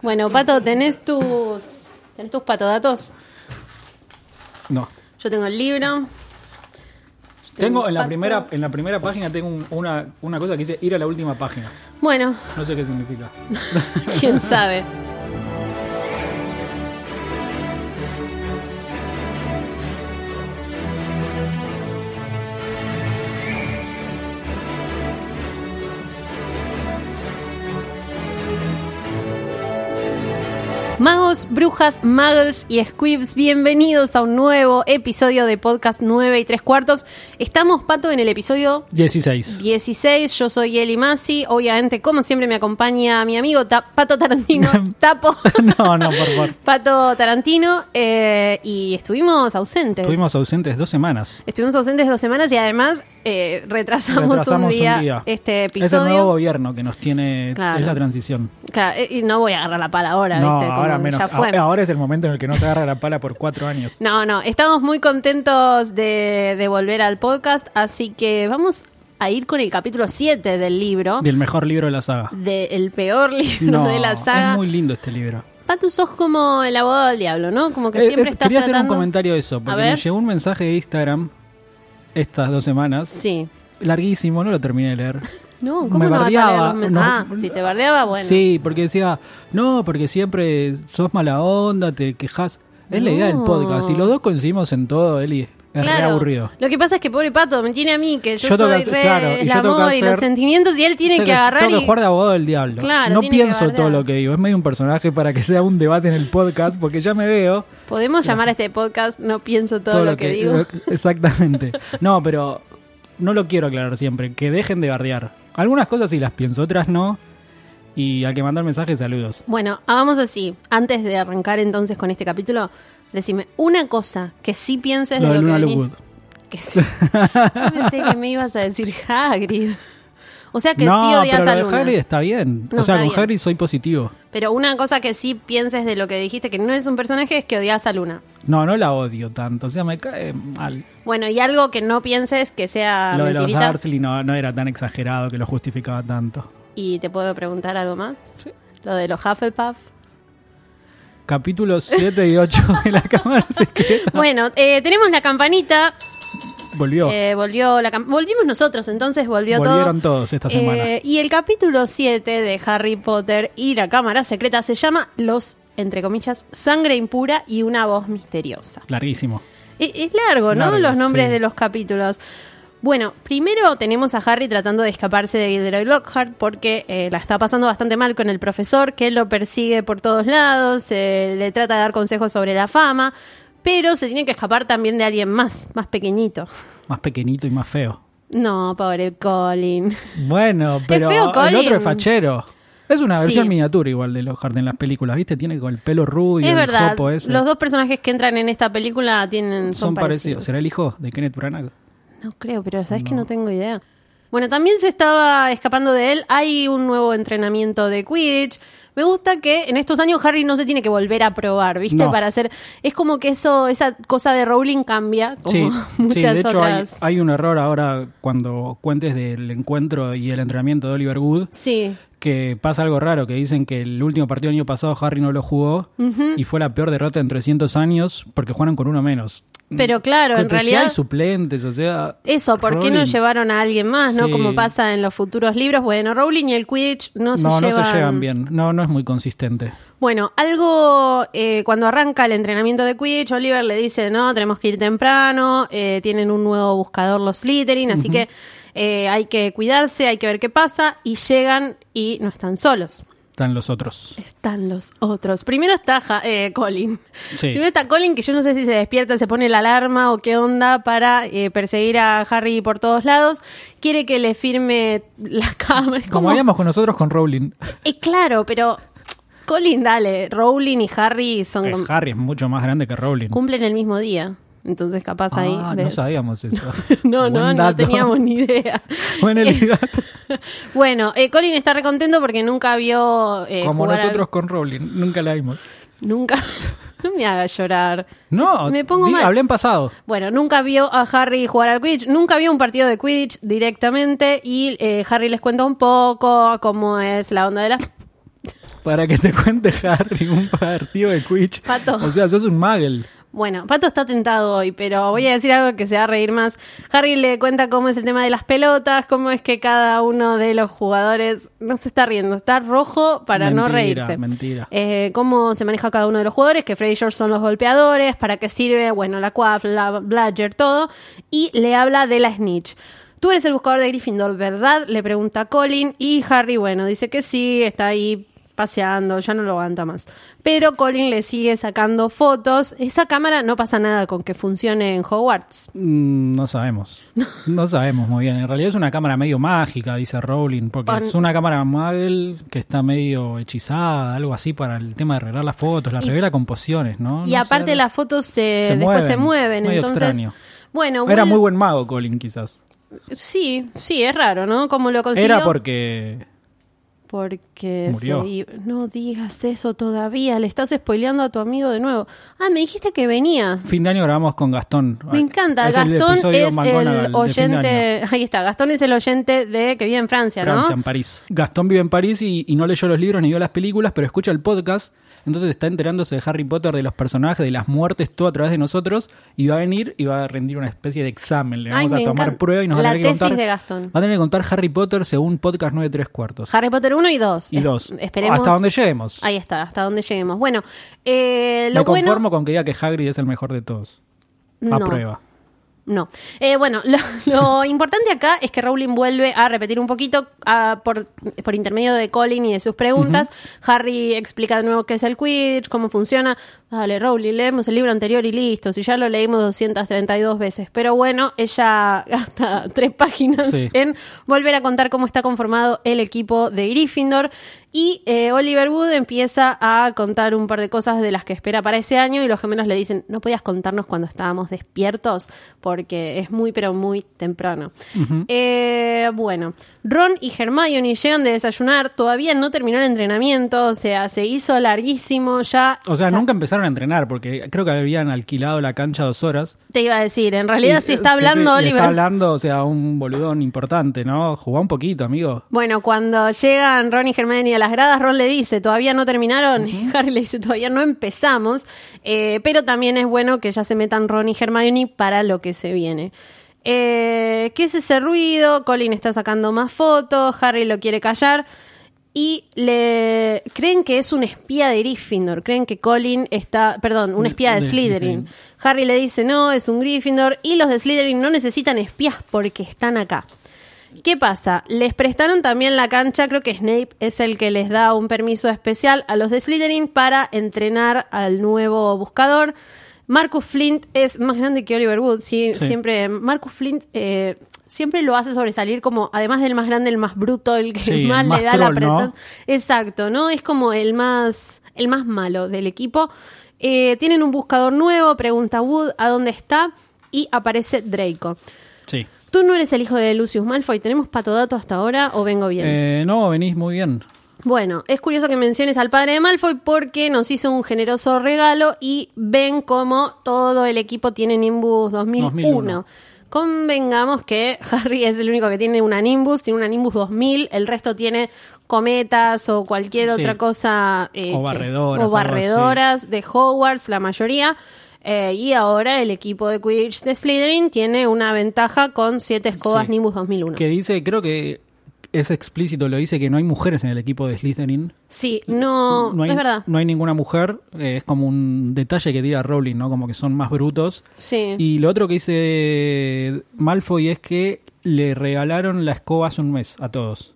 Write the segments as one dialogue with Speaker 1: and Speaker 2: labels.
Speaker 1: Bueno, Pato, ¿tenés tus, ¿tenés tus patodatos?
Speaker 2: No.
Speaker 1: Yo tengo el libro.
Speaker 2: Tengo en la
Speaker 1: Pato.
Speaker 2: primera, en la primera página tengo un- una, una cosa que dice ir a la última página.
Speaker 1: Bueno,
Speaker 2: No sé qué significa.
Speaker 1: quién sabe. Magos, brujas, muggles y squibs, bienvenidos a un nuevo episodio de Podcast 9 y 3 cuartos. Estamos, Pato, en el episodio
Speaker 2: 16.
Speaker 1: 16, yo soy Eli Masi. Obviamente, como siempre, me acompaña mi amigo Ta- Pato Tarantino. Tapo.
Speaker 2: no, no, por favor.
Speaker 1: Pato Tarantino. eh, y estuvimos ausentes.
Speaker 2: Estuvimos ausentes dos semanas.
Speaker 1: Estuvimos ausentes dos semanas y además eh, retrasamos,
Speaker 2: Retrasamos
Speaker 1: un, día este
Speaker 2: Es el
Speaker 1: episodio.
Speaker 2: nuevo gobierno que nos tiene.
Speaker 1: Claro.
Speaker 2: Es la transición.
Speaker 1: Claro, eh, y no voy a agarrar la pala ahora,
Speaker 2: no,
Speaker 1: ¿viste? Como
Speaker 2: ahora
Speaker 1: ya
Speaker 2: menos. Ah,
Speaker 1: fue.
Speaker 2: A- Ahora es el momento en el que no se agarra la pala por cuatro años.
Speaker 1: No, no, estamos muy contentos de, de volver al podcast, así que vamos a ir con el capítulo 7 del libro, del
Speaker 2: Del mejor libro de la saga.
Speaker 1: peor libro
Speaker 2: No,
Speaker 1: de la saga.
Speaker 2: es muy lindo este libro.
Speaker 1: Pato, sos como el abogado del diablo, ¿no? Como que
Speaker 2: Eh,
Speaker 1: siempre
Speaker 2: es-
Speaker 1: estás
Speaker 2: quería hacer un
Speaker 1: tratando-
Speaker 2: comentario de eso,
Speaker 1: A
Speaker 2: porque
Speaker 1: ver.
Speaker 2: me llegó un mensaje de Instagram estas dos semanas.
Speaker 1: Sí.
Speaker 2: Larguísimo, no lo terminé de leer.
Speaker 1: No, ¿cómo
Speaker 2: Me
Speaker 1: no vas a leer
Speaker 2: bardeaba,
Speaker 1: los men-
Speaker 2: no.
Speaker 1: Ah, si te bardeaba, bueno.
Speaker 2: Sí, porque decía, no, porque siempre sos mala onda, te quejas. Es la idea del
Speaker 1: No.
Speaker 2: podcast. Si los dos coincidimos en todo, Eli, es re
Speaker 1: Claro.
Speaker 2: aburrido.
Speaker 1: Lo que pasa es que pobre Pato me tiene a mí, que yo,
Speaker 2: Yo tengo
Speaker 1: soy
Speaker 2: que-
Speaker 1: re
Speaker 2: claro, y
Speaker 1: el
Speaker 2: yo tengo que
Speaker 1: amor y los
Speaker 2: hacer-
Speaker 1: sentimientos y él tiene
Speaker 2: Tengo
Speaker 1: que agarrar
Speaker 2: tengo
Speaker 1: y...
Speaker 2: que jugar de abogado del diablo.
Speaker 1: Claro,
Speaker 2: no
Speaker 1: tiene que
Speaker 2: pienso
Speaker 1: bardear.
Speaker 2: todo lo que digo. Es medio un personaje para que sea un debate en el podcast, porque ya me veo.
Speaker 1: Podemos llamar a este podcast No pienso todo, lo que, digo.
Speaker 2: Exactamente. No, pero no lo quiero aclarar siempre. Que dejen de bardear. Algunas cosas sí las pienso, otras no. Y al que mandar mensajes, saludos.
Speaker 1: Bueno, hagamos así. Antes de arrancar entonces con este capítulo, decime una cosa que sí pienses
Speaker 2: Lo
Speaker 1: de
Speaker 2: de
Speaker 1: lo
Speaker 2: Luna
Speaker 1: que venís.
Speaker 2: Lovegood.
Speaker 1: Que sí. Yo pensé que me ibas a decir Hagrid. O sea Ah, que sí
Speaker 2: no,
Speaker 1: odias
Speaker 2: pero
Speaker 1: a
Speaker 2: lo de
Speaker 1: Luna.
Speaker 2: Hagrid está bien.
Speaker 1: No,
Speaker 2: o
Speaker 1: está
Speaker 2: sea, con
Speaker 1: bien.
Speaker 2: Hagrid soy positivo.
Speaker 1: Pero una cosa que sí pienses de lo que dijiste que no es un personaje es que odias a Luna.
Speaker 2: No, no la odio tanto. O sea, me cae mal.
Speaker 1: Bueno, y algo que no pienses que sea
Speaker 2: lo de los
Speaker 1: Ah, mentirita.
Speaker 2: Dursley no, no era tan exagerado que lo justificaba tanto.
Speaker 1: Y te puedo preguntar algo más. Lo de los Hufflepuff.
Speaker 2: Capítulos 7 y 8 de la cámara secreta.
Speaker 1: bueno, eh, tenemos la campanita.
Speaker 2: Volvió.
Speaker 1: Eh, volvió la cam- Volvimos nosotros, entonces volvió
Speaker 2: Oh. Volvieron
Speaker 1: todo.
Speaker 2: todos esta semana.
Speaker 1: Eh, y el capítulo 7 de Harry Potter y la cámara secreta se llama Los, entre comillas, sangre impura y una voz misteriosa.
Speaker 2: Larguísimo.
Speaker 1: Es, es largo, ¿no?
Speaker 2: Largo,
Speaker 1: los nombres
Speaker 2: sí.
Speaker 1: de los capítulos. Bueno, primero tenemos a Harry tratando de escaparse de Gilderoy Lockhart porque eh, la está pasando bastante mal con el profesor, que lo persigue por todos lados, eh, le trata de dar consejos sobre la fama, pero se tiene que escapar también de alguien más, más pequeñito.
Speaker 2: Más pequeñito y más feo.
Speaker 1: No, pobre Colin.
Speaker 2: Bueno, pero
Speaker 1: feo,
Speaker 2: el
Speaker 1: Colin.
Speaker 2: otro es fachero. Es una
Speaker 1: Sí.
Speaker 2: versión miniatura igual de los en las películas, ¿viste? Tiene con el pelo rubio,
Speaker 1: es
Speaker 2: el
Speaker 1: verdad,
Speaker 2: jopo ese.
Speaker 1: los dos personajes que entran en esta película tienen, son,
Speaker 2: son parecidos. ¿Será el hijo de Kenneth Branagh?
Speaker 1: No creo, pero sabes que no tengo idea. Bueno, también se estaba escapando de él. Hay un nuevo entrenamiento de Quidditch. Me gusta que en estos años Harry no se tiene que volver a probar, ¿viste?
Speaker 2: No.
Speaker 1: Para hacer. Es como que eso, esa cosa de Rowling cambia, como
Speaker 2: Sí, sí,
Speaker 1: Oh, muchas
Speaker 2: de hecho hay,
Speaker 1: otras.
Speaker 2: hay un error ahora cuando cuentes del encuentro y el entrenamiento de Oliver Wood,
Speaker 1: Sí.
Speaker 2: que pasa algo raro, que dicen que el último partido del año pasado Harry no lo jugó y fue la peor derrota en 300 años porque jugaron con uno menos.
Speaker 1: Pero claro, en
Speaker 2: Pero si
Speaker 1: realidad.
Speaker 2: hay suplentes, o sea...
Speaker 1: Eso, ¿por qué no
Speaker 2: Rowling-
Speaker 1: llevaron a alguien más, no?
Speaker 2: Sí.
Speaker 1: Como pasa en los futuros libros. Bueno, Rowling y el Quidditch no, se
Speaker 2: No, no
Speaker 1: llevan.
Speaker 2: se llevan bien. No, no es muy consistente.
Speaker 1: Bueno, algo eh, cuando arranca el entrenamiento de Quidditch, Oliver le dice, no, tenemos que ir temprano, eh, tienen un nuevo buscador los Slytherin, así que eh, hay que cuidarse, hay que ver qué pasa, y llegan y no están solos.
Speaker 2: Están los otros.
Speaker 1: Están los otros. Primero está Ja- eh, Colin.
Speaker 2: Sí.
Speaker 1: Primero está Colin, que yo no sé si se despierta, se pone la alarma o qué onda para eh, perseguir a Harry por todos lados. Quiere que le firme la cámara.
Speaker 2: Como, habíamos con nosotros con Rowling.
Speaker 1: Eh, claro, pero Colin, dale, Rowling y Harry son
Speaker 2: Eh,
Speaker 1: com-
Speaker 2: Harry es mucho más grande que Rowling.
Speaker 1: cumplen el mismo día. Entonces capaz ahí...
Speaker 2: Ah, no
Speaker 1: ves.
Speaker 2: sabíamos eso.
Speaker 1: No, no,
Speaker 2: Buen
Speaker 1: no
Speaker 2: dato.
Speaker 1: teníamos ni idea.
Speaker 2: Buena
Speaker 1: Eh,
Speaker 2: idea.
Speaker 1: bueno, eh, Colin está recontento porque nunca vio... eh,
Speaker 2: Como
Speaker 1: jugar al-
Speaker 2: nosotros con Rowling, nunca la vimos.
Speaker 1: Nunca... no me haga llorar.
Speaker 2: No,
Speaker 1: Me pongo
Speaker 2: di-
Speaker 1: mal.
Speaker 2: hablé en pasado.
Speaker 1: Bueno, nunca vio a Harry jugar al Quidditch, nunca vio un partido de Quidditch directamente y eh, Harry les cuenta un poco cómo es la onda de la...
Speaker 2: para que te cuente Harry un partido de Quidditch.
Speaker 1: Pato.
Speaker 2: O sea, sos un muggle.
Speaker 1: Bueno, Pato está tentado hoy, pero voy a decir algo que se va a reír más. Harry le cuenta cómo es el tema de las pelotas, cómo es que cada uno de los jugadores no se está riendo, está rojo para no
Speaker 2: Mentira,
Speaker 1: reírse.
Speaker 2: mentira.
Speaker 1: Eh, cómo se maneja cada uno de los jugadores, que Freddy y George son los golpeadores, para qué sirve, bueno, la Quaff, la Bladger, todo. Y le habla de la Snitch. Tú eres el buscador de Gryffindor, ¿verdad? Le pregunta Colin y Harry, bueno, dice que sí, está ahí paseando, ya no lo aguanta más. Pero Colin le sigue sacando fotos. Esa cámara no pasa nada con que funcione en Hogwarts.
Speaker 2: Mm, No sabemos. No sabemos muy bien. En realidad es una cámara medio mágica, dice Rowling, porque
Speaker 1: Pon-
Speaker 2: es una cámara muggle que está medio hechizada, algo así para el tema de revelar las fotos. La
Speaker 1: Y-
Speaker 2: revela con pociones, ¿no?
Speaker 1: y
Speaker 2: No sé,
Speaker 1: aparte
Speaker 2: algo-
Speaker 1: las fotos se,
Speaker 2: se
Speaker 1: después se
Speaker 2: mueven,
Speaker 1: mueven,
Speaker 2: medio
Speaker 1: entonces...
Speaker 2: extraño.
Speaker 1: Bueno,
Speaker 2: Era
Speaker 1: vuel-
Speaker 2: muy buen mago Colin, quizás.
Speaker 1: Sí, sí, es raro, ¿no? Como lo consiguió.
Speaker 2: Era porque...
Speaker 1: Porque
Speaker 2: Murió.
Speaker 1: se i- no digas eso todavía, le estás spoileando a tu amigo de nuevo. Ah, me dijiste que venía.
Speaker 2: Fin de año grabamos con Gastón.
Speaker 1: Me encanta,
Speaker 2: Ah, Es el
Speaker 1: Gastón
Speaker 2: episodio
Speaker 1: es
Speaker 2: McGonagall de fin
Speaker 1: el
Speaker 2: de año.
Speaker 1: oyente, ahí está, Gastón es el oyente de que vive en Francia, ¿no?
Speaker 2: Francia, en París. Gastón vive en París y, y no leyó los libros ni vio las películas, pero escucha el podcast. Entonces está enterándose de Harry Potter, de los personajes, de las muertes, todo a través de nosotros. Y va a venir y va a rendir una especie de examen. Le
Speaker 1: Ay,
Speaker 2: vamos
Speaker 1: me
Speaker 2: a tomar
Speaker 1: encanta.
Speaker 2: prueba y nos va
Speaker 1: La
Speaker 2: a tener que
Speaker 1: tesis
Speaker 2: contar.
Speaker 1: de Gastón.
Speaker 2: Va a tener que contar Harry Potter según podcast 9 3 cuartos.
Speaker 1: Harry Potter 1 y 2.
Speaker 2: y dos.
Speaker 1: Esperemos.
Speaker 2: Hasta donde lleguemos.
Speaker 1: Ahí está, hasta donde lleguemos. Bueno, eh, lo
Speaker 2: Me conformo
Speaker 1: bueno.
Speaker 2: con que diga que Hagrid es el mejor de todos. A
Speaker 1: No.
Speaker 2: prueba.
Speaker 1: No. Eh, bueno, lo, lo importante acá es que Rowling vuelve a repetir un poquito ah, por, por intermedio de Colin y de sus preguntas. Harry explica de nuevo qué es el Quidditch, cómo funciona. Dale, Rowling, leemos el libro anterior y listo. Si ya lo leímos 232 veces. Pero bueno, ella gasta tres páginas
Speaker 2: Sí.
Speaker 1: en volver a contar cómo está conformado el equipo de Gryffindor. Y eh, Oliver Wood empieza a contar un par de cosas de las que espera para ese año y los gemelos le dicen, no podías contarnos cuando estábamos despiertos porque es muy pero muy temprano. Eh, bueno, Ron y Hermione llegan de desayunar, todavía no terminó el entrenamiento, o sea, se hizo larguísimo ya.
Speaker 2: O sea, nunca empezaron a entrenar porque creo que habían alquilado la cancha dos horas.
Speaker 1: Te iba a decir, en realidad
Speaker 2: Y, eh,
Speaker 1: sí está
Speaker 2: sí, sí,
Speaker 1: hablando
Speaker 2: y
Speaker 1: Oliver.
Speaker 2: Está hablando, o sea, un boludón importante, ¿no? Jugá un poquito, amigo.
Speaker 1: Bueno, cuando llegan Ron y Hermione a las gradas, Ron le dice, todavía no terminaron, y Harry le dice, todavía no empezamos, Eh, pero también es bueno que ya se metan Ron y Hermione para lo que se viene. Eh, ¿Qué es ese ruido? Colin está sacando más fotos, Harry lo quiere callar y le creen que es un espía de Gryffindor, creen que Colin está, perdón, un espía de,
Speaker 2: De- de
Speaker 1: Slytherin.
Speaker 2: Slytherin.
Speaker 1: Harry le dice, "No, es un Gryffindor" y los de Slytherin no necesitan espías porque están acá. ¿Qué pasa? Les prestaron también la cancha, creo que Snape es el que les da un permiso especial a los de Slytherin para entrenar al nuevo buscador. Marcus Flint es más grande que Oliver Wood, sí,
Speaker 2: Sí.
Speaker 1: siempre. Marcus Flint eh, siempre lo hace sobresalir como, además del más grande, el más bruto, el que
Speaker 2: Sí, el
Speaker 1: más,
Speaker 2: más
Speaker 1: le da la
Speaker 2: troll, ¿no?
Speaker 1: apretón. Exacto, ¿no? Es como el más, el más malo del equipo. Eh, tienen un buscador nuevo, pregunta Wood a dónde está y aparece Draco.
Speaker 2: Sí.
Speaker 1: Tú no eres el hijo de Lucius Malfoy, ¿tenemos patodato hasta ahora o vengo bien?
Speaker 2: Eh, no, venís muy bien.
Speaker 1: Bueno, es curioso que menciones al padre de Malfoy porque nos hizo un generoso regalo y ven cómo todo el equipo tiene Nimbus 2001.
Speaker 2: 2001.
Speaker 1: Convengamos que Harry es el único que tiene una Nimbus, tiene una Nimbus 2000, el resto tiene cometas o cualquier
Speaker 2: Sí.
Speaker 1: otra cosa. eh,
Speaker 2: O
Speaker 1: que-
Speaker 2: barredoras,
Speaker 1: o
Speaker 2: algo así.
Speaker 1: barredoras de Hogwarts, la mayoría. Eh, y ahora el equipo de Quidditch de Slytherin tiene una ventaja con siete escobas
Speaker 2: Sí.
Speaker 1: Nimbus 2001.
Speaker 2: Que dice, creo que es explícito, lo dice que no hay mujeres en el equipo de Slytherin.
Speaker 1: Sí, no,
Speaker 2: hay,
Speaker 1: es verdad.
Speaker 2: No hay ninguna mujer. eh, es como un detalle que diga Rowling, ¿no? Como que son más brutos.
Speaker 1: Sí.
Speaker 2: Y lo otro que dice Malfoy es que le regalaron la escoba hace un mes a todos.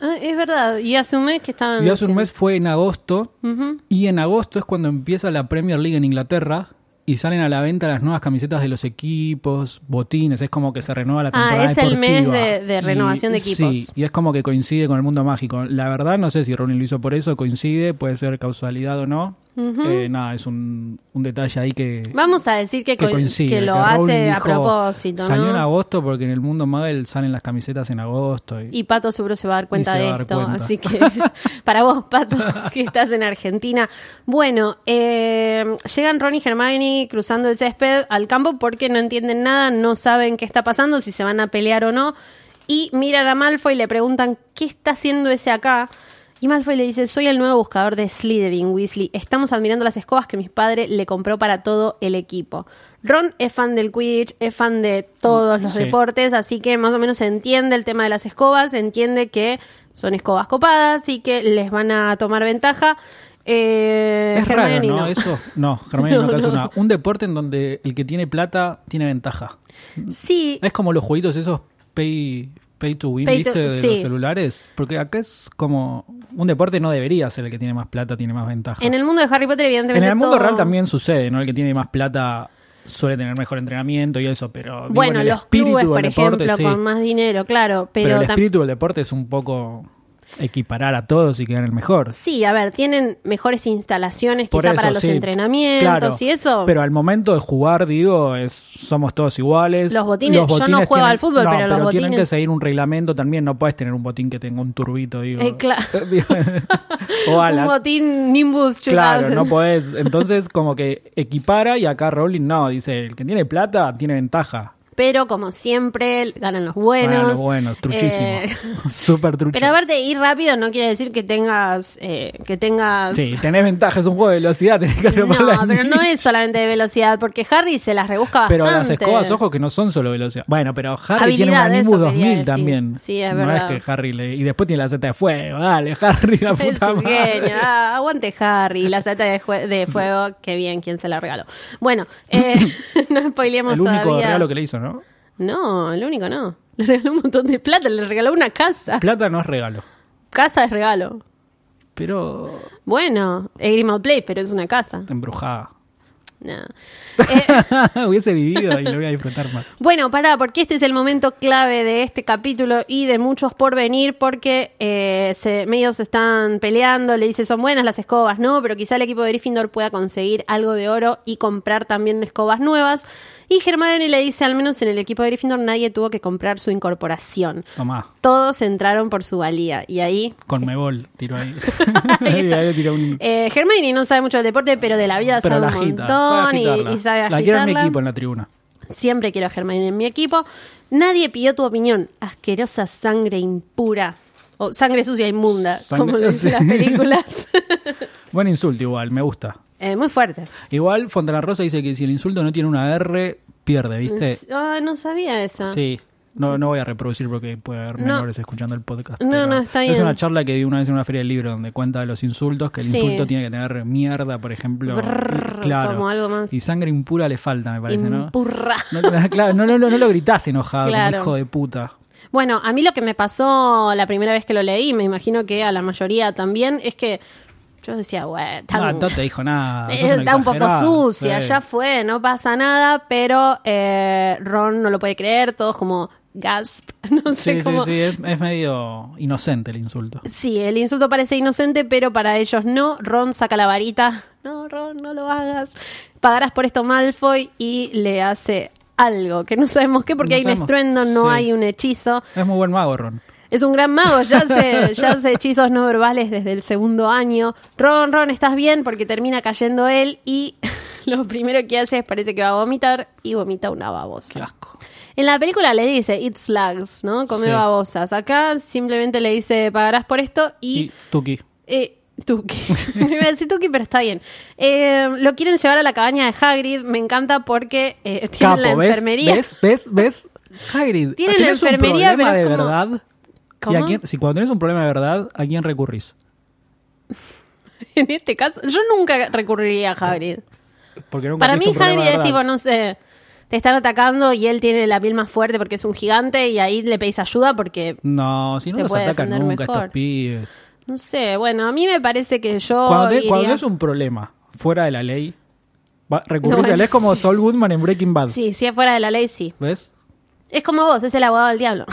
Speaker 1: Ah, es verdad, y hace un mes que estaban.
Speaker 2: Y hace un
Speaker 1: haciendo-
Speaker 2: mes fue en agosto.
Speaker 1: Ujú.
Speaker 2: Y en agosto es cuando empieza la Premier League en Inglaterra y salen a la venta las nuevas camisetas de los equipos, botines, es como que se renueva la
Speaker 1: Ah,
Speaker 2: temporada
Speaker 1: es el mes
Speaker 2: deportiva.
Speaker 1: de- de renovación de equipos.
Speaker 2: Sí, y es como que coincide con el mundo mágico. La verdad no sé si Ronnie lo hizo por eso, coincide, puede ser causalidad o no. Eh, nada, es un, un detalle ahí que,
Speaker 1: Vamos a decir que,
Speaker 2: que
Speaker 1: co-
Speaker 2: coincide.
Speaker 1: que lo
Speaker 2: que Rowling
Speaker 1: hace a
Speaker 2: dijo,
Speaker 1: propósito,
Speaker 2: Salió en
Speaker 1: ¿no?
Speaker 2: agosto porque en el mundo Muggle salen las camisetas en agosto. y-
Speaker 1: Y Pato seguro se va a dar cuenta
Speaker 2: se
Speaker 1: de
Speaker 2: va a dar
Speaker 1: esto.
Speaker 2: cuenta.
Speaker 1: Así que para vos, Pato, que estás en Argentina. Bueno, eh, llegan Ron y Hermione cruzando el césped al campo porque no entienden nada, no saben qué está pasando, si se van a pelear o no. Y miran a Malfoy y le preguntan qué está haciendo ese acá. Y Malfoy le dice, soy el nuevo buscador de Slytherin, Weasley. Estamos admirando las escobas que mi padre le compró para todo el equipo. Ron es fan del Quidditch, es fan de todos los
Speaker 2: Sí.
Speaker 1: deportes, así que más o menos entiende el tema de las escobas, entiende que son escobas copadas y que les van a tomar ventaja. Eh,
Speaker 2: Es raro,
Speaker 1: Hermione
Speaker 2: ¿no? Eso, no, Germán no,
Speaker 1: No,
Speaker 2: calza
Speaker 1: no.
Speaker 2: nada. Un deporte en donde el que tiene plata tiene ventaja.
Speaker 1: Sí,
Speaker 2: Es como los jueguitos esos pay, pay to win,
Speaker 1: Pay to-
Speaker 2: ¿viste? de los
Speaker 1: sí.
Speaker 2: celulares. Porque acá es como. Un deporte no debería ser el que tiene más plata, tiene más ventaja.
Speaker 1: en el mundo de Harry Potter
Speaker 2: En
Speaker 1: evidentemente
Speaker 2: el mundo
Speaker 1: todo-
Speaker 2: real también sucede, ¿no? El que tiene más plata suele tener mejor entrenamiento y eso, pero. digo,
Speaker 1: Bueno,
Speaker 2: en el
Speaker 1: los
Speaker 2: espíritu
Speaker 1: clubes,
Speaker 2: del
Speaker 1: por
Speaker 2: deporte,
Speaker 1: ejemplo,
Speaker 2: sí.
Speaker 1: con más dinero, claro,
Speaker 2: Pero,
Speaker 1: pero,
Speaker 2: el
Speaker 1: tam-
Speaker 2: espíritu del deporte es un poco equiparar a todos y quedar el mejor.
Speaker 1: Sí, a ver, tienen mejores instalaciones
Speaker 2: Por
Speaker 1: quizá
Speaker 2: eso,
Speaker 1: para los
Speaker 2: sí. Claro.
Speaker 1: entrenamientos y eso.
Speaker 2: Pero al momento de jugar, digo, es, somos todos iguales.
Speaker 1: Los botines- yo no juego al fútbol, pero los
Speaker 2: tienen que
Speaker 1: botines-
Speaker 2: seguir un reglamento también. No puedes tener un botín que tenga un turbito, digo.
Speaker 1: Eh, claro.
Speaker 2: Digo, o
Speaker 1: un
Speaker 2: alas.
Speaker 1: botín Nimbus 2000.
Speaker 2: Claro, no podés. Entonces, como que equipara y acá Rowling no. Dice, el que tiene plata tiene ventaja.
Speaker 1: Pero como siempre, ganan los
Speaker 2: Bueno,
Speaker 1: buenos.
Speaker 2: bueno, truchísimo.
Speaker 1: Eh,
Speaker 2: Súper trucho.
Speaker 1: pero aparte, ir rápido no quiere decir que tengas... eh, que tengas...
Speaker 2: Sí, tenés ventaja, es un juego de velocidad, tenés que
Speaker 1: No,
Speaker 2: atrapar la
Speaker 1: pero no
Speaker 2: niña.
Speaker 1: es solamente de velocidad, porque Harry se las rebusca bastante.
Speaker 2: Pero las escobas, ojo, que no son solo velocidad. Bueno, pero Harry tiene
Speaker 1: Habilidad,
Speaker 2: una Nimbus
Speaker 1: eso quería
Speaker 2: 2000
Speaker 1: decir.
Speaker 2: también.
Speaker 1: Sí, es
Speaker 2: no
Speaker 1: verdad.
Speaker 2: es que Harry le... Y después tiene la seta de fuego. Dale, Harry, la
Speaker 1: Es
Speaker 2: puta
Speaker 1: un
Speaker 2: madre.
Speaker 1: genio. Ah, aguante Harry, la seta de, jue- de fuego, qué bien, quién se la regaló. Bueno, eh, no spoileamos
Speaker 2: El único
Speaker 1: todavía.
Speaker 2: regalo que le hizo, ¿no?
Speaker 1: No, el único no. Le regaló un montón de plata, le regaló una casa.
Speaker 2: Plata no es regalo.
Speaker 1: casa es regalo.
Speaker 2: Pero
Speaker 1: Bueno, es Grimald Place, pero es una casa.
Speaker 2: embrujada.
Speaker 1: Nada. Eh,
Speaker 2: Hubiese vivido y lo voy a disfrutar más.
Speaker 1: bueno, pará, porque este es el momento clave de este capítulo y de muchos por venir, porque eh, se, medio se están peleando, le dice, son buenas las escobas, ¿no? Pero quizá el equipo de Gryffindor pueda conseguir algo de oro y comprar también escobas nuevas. Y Hermione le dice, al menos en el equipo de Gryffindor nadie tuvo que comprar su incorporación.
Speaker 2: Tomá,
Speaker 1: Todos entraron por su valía. Y ahí
Speaker 2: con Mebol tiro ahí.
Speaker 1: Ahí
Speaker 2: ahí
Speaker 1: está.
Speaker 2: le tiro un...
Speaker 1: Eh, Hermione no sabe mucho del deporte, pero de la vida
Speaker 2: Pero
Speaker 1: sabe
Speaker 2: la
Speaker 1: un
Speaker 2: agita,
Speaker 1: montón
Speaker 2: sabe
Speaker 1: y-
Speaker 2: agitarla.
Speaker 1: y, sabe
Speaker 2: La quiero en mi
Speaker 1: agitarla.
Speaker 2: equipo en la tribuna.
Speaker 1: Siempre quiero a Hermione en mi equipo. Nadie pidió tu opinión. Asquerosa sangre impura. O sangre sucia inmunda,
Speaker 2: Sangre-
Speaker 1: como lo dicen
Speaker 2: sí.
Speaker 1: las películas.
Speaker 2: Buen insulto igual, me gusta.
Speaker 1: Eh, muy fuerte.
Speaker 2: Igual Fontana Rosa dice que si el insulto no tiene una R, pierde, ¿viste?
Speaker 1: Ah, no sabía eso.
Speaker 2: Sí. No, no voy a reproducir porque puede haber
Speaker 1: No.
Speaker 2: menores escuchando el podcast.
Speaker 1: No,
Speaker 2: pero
Speaker 1: no, está
Speaker 2: Es
Speaker 1: bien.
Speaker 2: una charla que di una vez en una feria del libro donde cuenta de los insultos, que el
Speaker 1: Sí.
Speaker 2: insulto tiene que tener mierda, por ejemplo.
Speaker 1: Brrr,
Speaker 2: claro.
Speaker 1: como algo más.
Speaker 2: Y sangre impura le falta, me parece, ¿no?
Speaker 1: Impurra.
Speaker 2: No, claro, no, no, no, no lo gritás enojado,
Speaker 1: Claro.
Speaker 2: como hijo de puta.
Speaker 1: Bueno, a mí lo que me pasó la primera vez que lo leí, me imagino que a la mayoría también, es que yo decía, bueno, tan-
Speaker 2: No, no te dijo nada. Ah, sos
Speaker 1: Eh,
Speaker 2: una
Speaker 1: Está un poco
Speaker 2: exagerada,
Speaker 1: sucia,
Speaker 2: sí.
Speaker 1: ya fue, no pasa nada, pero eh, Ron no lo puede creer, todos como gasp, no sé
Speaker 2: Sí, sí,
Speaker 1: cómo.
Speaker 2: sí, es, es medio inocente el insulto.
Speaker 1: Sí, el insulto parece inocente, pero para ellos no. Ron saca la varita. No, Ron, no lo hagas. Pagarás por esto Malfoy y le hace algo que no sabemos qué, porque
Speaker 2: No
Speaker 1: hay un
Speaker 2: sabemos.
Speaker 1: estruendo, no
Speaker 2: Sí.
Speaker 1: hay un hechizo.
Speaker 2: Es muy buen mago, Ron.
Speaker 1: Es un gran mago, ya hace, ya hace hechizos no verbales desde el segundo año. Ron, Ron, ¿estás bien? Porque termina cayendo él y lo primero que hace es parece que va a vomitar y vomita una
Speaker 2: Qué
Speaker 1: babosa.
Speaker 2: asco.
Speaker 1: En la película le dice, eat slugs, ¿no? Come
Speaker 2: Sí.
Speaker 1: babosas. Acá simplemente le dice, pagarás por esto y...
Speaker 2: Y Tuki.
Speaker 1: Eh, Tuki. Iba a decir Tuki, pero está bien. Eh, lo quieren llevar a la cabaña de Hagrid. Me encanta porque eh, tienen
Speaker 2: Capo,
Speaker 1: la
Speaker 2: ¿ves?
Speaker 1: enfermería.
Speaker 2: ¿Ves? ¿Ves? ¿Ves? Hagrid.
Speaker 1: Tiene la
Speaker 2: ¿tenés un
Speaker 1: enfermería,
Speaker 2: problema
Speaker 1: pero es
Speaker 2: de
Speaker 1: como-
Speaker 2: verdad. Y a
Speaker 1: ¿Cómo?
Speaker 2: quién- si cuando tenés un problema de verdad, ¿a quién recurrís?
Speaker 1: En este caso, yo nunca recurriría a Hagrid.
Speaker 2: Porque nunca
Speaker 1: Para mí
Speaker 2: tenés tu problema
Speaker 1: Hagrid
Speaker 2: de
Speaker 1: es
Speaker 2: verdad.
Speaker 1: tipo, no sé, te están atacando y él tiene la piel más fuerte porque es un gigante y ahí le pedís ayuda porque,
Speaker 2: No, si no
Speaker 1: Te
Speaker 2: los
Speaker 1: puede
Speaker 2: atacan
Speaker 1: defender
Speaker 2: nunca
Speaker 1: mejor.
Speaker 2: estos pibes.
Speaker 1: no sé, bueno, a mí me parece que yo...
Speaker 2: cuando, te-
Speaker 1: iría-
Speaker 2: cuando tenés un problema fuera de la ley, va- recurrís
Speaker 1: No,
Speaker 2: a él. Es como
Speaker 1: sí.
Speaker 2: Saul Goodman en Breaking Bad.
Speaker 1: Sí, si es fuera de la ley, sí.
Speaker 2: ¿Ves?
Speaker 1: Es como vos, es el abogado del diablo.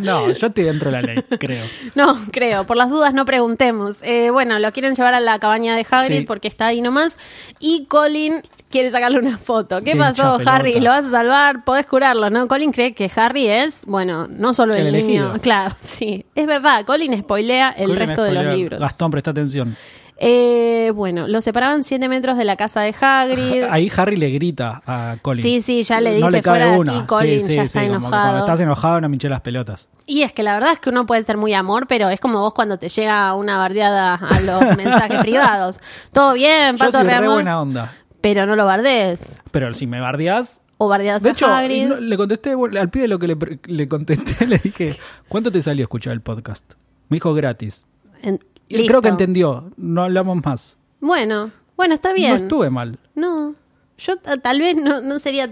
Speaker 2: no, yo estoy dentro de la ley, creo.
Speaker 1: No, creo. Por las dudas no preguntemos. Eh, bueno, lo quieren llevar a la cabaña de Hagrid
Speaker 2: Sí.
Speaker 1: porque está ahí nomás. Y Colin quiere sacarle una foto. ¿Qué
Speaker 2: Qué
Speaker 1: pasó,
Speaker 2: hinchapelota.
Speaker 1: Harry? ¿Lo vas a salvar? Podés curarlo, ¿no? Colin cree que Harry es, bueno, no solo el,
Speaker 2: El
Speaker 1: niño.
Speaker 2: elegido.
Speaker 1: Claro, sí. Es verdad, Colin spoilea el
Speaker 2: Creo que me
Speaker 1: resto de los
Speaker 2: spoilearon.
Speaker 1: libros.
Speaker 2: Gastón, presta atención.
Speaker 1: Eh, bueno, lo separaban 7 metros de la casa de Hagrid.
Speaker 2: Ahí Harry le grita a Colin.
Speaker 1: Sí, sí, ya le
Speaker 2: No
Speaker 1: dice,
Speaker 2: le cabe
Speaker 1: "Fuera de
Speaker 2: una.
Speaker 1: aquí, Colin", ya está
Speaker 2: como que Cuando
Speaker 1: enojado.
Speaker 2: estás enojado no minché las pelotas.
Speaker 1: Y es que la verdad es que uno puede ser muy amor, pero es como vos cuando te llega una bardeada a los mensajes privados. Todo bien,
Speaker 2: Yo
Speaker 1: Pato
Speaker 2: soy re
Speaker 1: Ramón,
Speaker 2: buena onda.
Speaker 1: pero no lo bardees.
Speaker 2: Pero si me bardeás...
Speaker 1: O bardeas
Speaker 2: De
Speaker 1: a
Speaker 2: hecho,
Speaker 1: Hagrid.
Speaker 2: no- le contesté, bueno, al pie de lo que le, pre- le contesté, le dije, ¿cuánto te salió escuchar el podcast? Me dijo gratis.
Speaker 1: En-
Speaker 2: Y él creo que
Speaker 1: listo.
Speaker 2: entendió, no hablamos más.
Speaker 1: Bueno, bueno, está
Speaker 2: No
Speaker 1: bien.
Speaker 2: estuve mal.
Speaker 1: No, yo t- tal vez no, no sería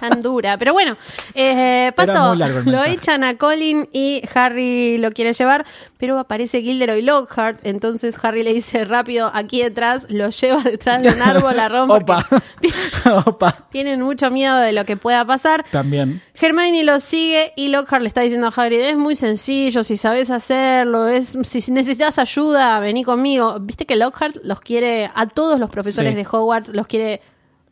Speaker 1: tan dura. Pero bueno, eh, Pato,
Speaker 2: muy largo el
Speaker 1: lo
Speaker 2: mensaje.
Speaker 1: echan a Colin y Harry lo quiere llevar, pero aparece Gilderoy Lockhart. Entonces Harry le dice rápido, aquí detrás, lo lleva detrás de un árbol a Ron. porque
Speaker 2: Opa. Opa.
Speaker 1: Tienen mucho miedo de lo que pueda pasar.
Speaker 2: También.
Speaker 1: Hermione lo sigue y Lockhart le está diciendo a Hagrid, es muy sencillo, si sabes hacerlo, es si necesitas ayuda, vení conmigo. Viste que Lockhart los quiere, a todos los profesores
Speaker 2: Sí.
Speaker 1: de Hogwarts los quiere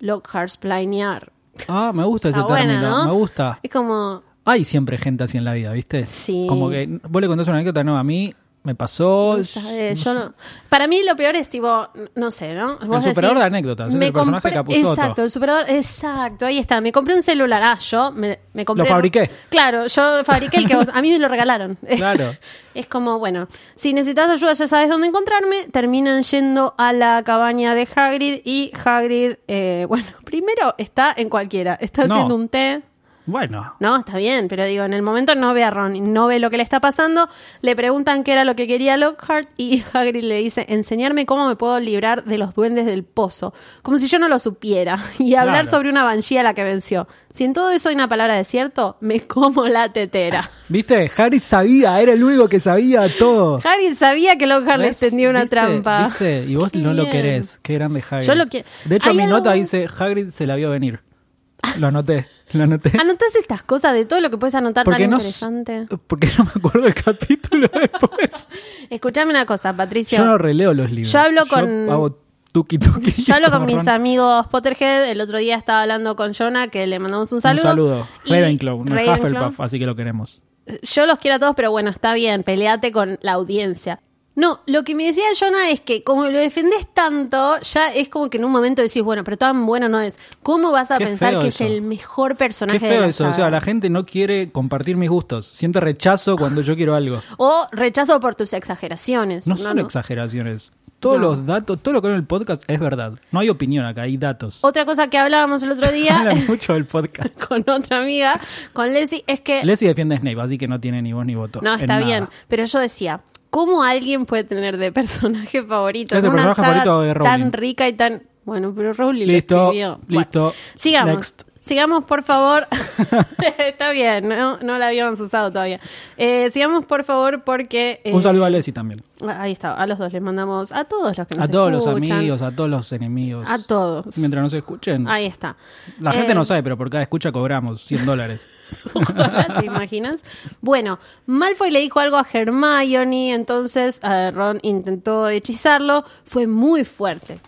Speaker 1: Lockhart planear.
Speaker 2: Ah, me gusta ese
Speaker 1: Está buena,
Speaker 2: término,
Speaker 1: ¿no?
Speaker 2: me gusta.
Speaker 1: Es como,
Speaker 2: Hay siempre gente así en la vida, ¿viste?
Speaker 1: Sí.
Speaker 2: Como que vos le contás una anécdota, no, a mí me pasó.
Speaker 1: no sabes, yo no- Para mí lo peor es tipo, no sé, ¿no? Vos
Speaker 2: superador de anécdotas, es
Speaker 1: me
Speaker 2: el personaje
Speaker 1: compré-
Speaker 2: Capusotto.
Speaker 1: Exacto, el superador, exacto, ahí está. Me compré un celular, ah, yo me, me compré.
Speaker 2: Lo fabriqué.
Speaker 1: Claro, yo fabriqué el que vos- a mí me lo regalaron.
Speaker 2: Claro.
Speaker 1: Es como, bueno, si necesitas ayuda ya sabes dónde encontrarme. Terminan yendo a la cabaña de Hagrid y Hagrid, eh, bueno, primero está en cualquiera. Está
Speaker 2: No.
Speaker 1: haciendo un té.
Speaker 2: Bueno,
Speaker 1: No, está bien, pero digo, en el momento no ve a Ron, no ve lo que le está pasando. Le preguntan qué era lo que quería Lockhart y Hagrid le dice, enseñarme cómo me puedo librar de los duendes del pozo. Como si yo no lo supiera. Y hablar
Speaker 2: Claro.
Speaker 1: sobre una banshee a la que venció. Si en todo eso hay una palabra de cierto, me como la tetera.
Speaker 2: ¿viste? Harry sabía, era el único que sabía todo.
Speaker 1: Hagrid sabía que Lockhart le
Speaker 2: ¿Ves?
Speaker 1: extendió una
Speaker 2: ¿Viste?
Speaker 1: trampa.
Speaker 2: ¿Viste? Y vos
Speaker 1: Qué
Speaker 2: no lo
Speaker 1: bien.
Speaker 2: querés. Qué grande Hagrid.
Speaker 1: Yo lo quiero.
Speaker 2: De hecho,
Speaker 1: Hay
Speaker 2: mi
Speaker 1: algo-
Speaker 2: nota dice, Hagrid se la vio venir. Lo anoté, lo anoté.
Speaker 1: Anotás estas cosas de todo lo que puedes anotar Ah,
Speaker 2: Porque
Speaker 1: tan
Speaker 2: no, s-
Speaker 1: interesante.
Speaker 2: porque no me acuerdo el capítulo después.
Speaker 1: Escuchame una cosa, Patricio.
Speaker 2: Yo no releo los libros.
Speaker 1: Yo hablo con-
Speaker 2: hago tuki tuki.
Speaker 1: Yo hablo con
Speaker 2: como
Speaker 1: mis
Speaker 2: Ron.
Speaker 1: amigos Potterhead. El otro día estaba hablando con Jonah, que le mandamos un saludo.
Speaker 2: Un saludo.
Speaker 1: Y-
Speaker 2: Ravenclaw, no es
Speaker 1: Ravenclaw.
Speaker 2: Hufflepuff, así que lo queremos.
Speaker 1: Yo los quiero a todos, pero bueno, está bien, peleate con la audiencia. No, lo que me decía Jonah es que como lo defendés tanto, ya es como que en un momento decís, bueno, pero tan bueno no es. ¿Cómo vas a
Speaker 2: Qué
Speaker 1: pensar
Speaker 2: feo
Speaker 1: que
Speaker 2: eso.
Speaker 1: es el mejor
Speaker 2: Qué
Speaker 1: personaje de
Speaker 2: feo
Speaker 1: la
Speaker 2: eso. O sea,
Speaker 1: saga?
Speaker 2: la gente no quiere compartir mis gustos. Siente rechazo cuando yo quiero algo.
Speaker 1: O rechazo por tus exageraciones.
Speaker 2: No son exageraciones. Todos
Speaker 1: No.
Speaker 2: los datos, todo lo que hay en el podcast es verdad. No hay opinión acá, hay datos.
Speaker 1: Otra cosa que hablábamos el otro día
Speaker 2: Hablan mucho del podcast.
Speaker 1: con otra amiga, con Leslie, es que
Speaker 2: Leslie defiende a Snape, así que no tiene ni voz ni voto.
Speaker 1: Eh. No,
Speaker 2: en
Speaker 1: está
Speaker 2: nada.
Speaker 1: bien. Pero yo decía, ¿cómo alguien puede tener de personaje favorito
Speaker 2: Es
Speaker 1: en
Speaker 2: el
Speaker 1: una
Speaker 2: personaje
Speaker 1: saga
Speaker 2: favorito de Rowling.
Speaker 1: tan rica y tan... Bueno, pero Rowling lo
Speaker 2: Listo,
Speaker 1: escribió. Bueno,
Speaker 2: listo.
Speaker 1: sigamos.
Speaker 2: Next.
Speaker 1: Sigamos, por favor. está bien, no, no la habíamos usado todavía. Eh, sigamos, por favor, porque... eh,
Speaker 2: Un saludo a Leslie también.
Speaker 1: Ahí está, a los dos les mandamos, a todos los que nos
Speaker 2: A todos los
Speaker 1: escuchan,
Speaker 2: amigos, a todos los enemigos.
Speaker 1: A todos.
Speaker 2: Mientras nos escuchen.
Speaker 1: Ahí está.
Speaker 2: La gente
Speaker 1: Eh,
Speaker 2: no sabe, pero por cada escucha cobramos 100 dólares.
Speaker 1: Ojalá, ¿Te imaginas? Bueno, Malfoy le dijo algo a Hermione, entonces eh, Ron intentó hechizarlo, fue muy fuerte.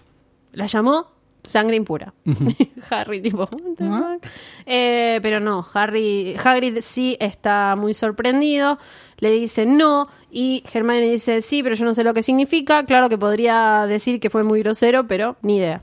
Speaker 1: La llamó sangre impura. Harry tipo... "What the
Speaker 2: Ah.
Speaker 1: fuck?". Eh, pero no, Harry, Hagrid sí está muy sorprendido, le dice no y Hermione dice sí, pero yo no sé lo que significa. Claro que podría decir que fue muy grosero, pero ni idea.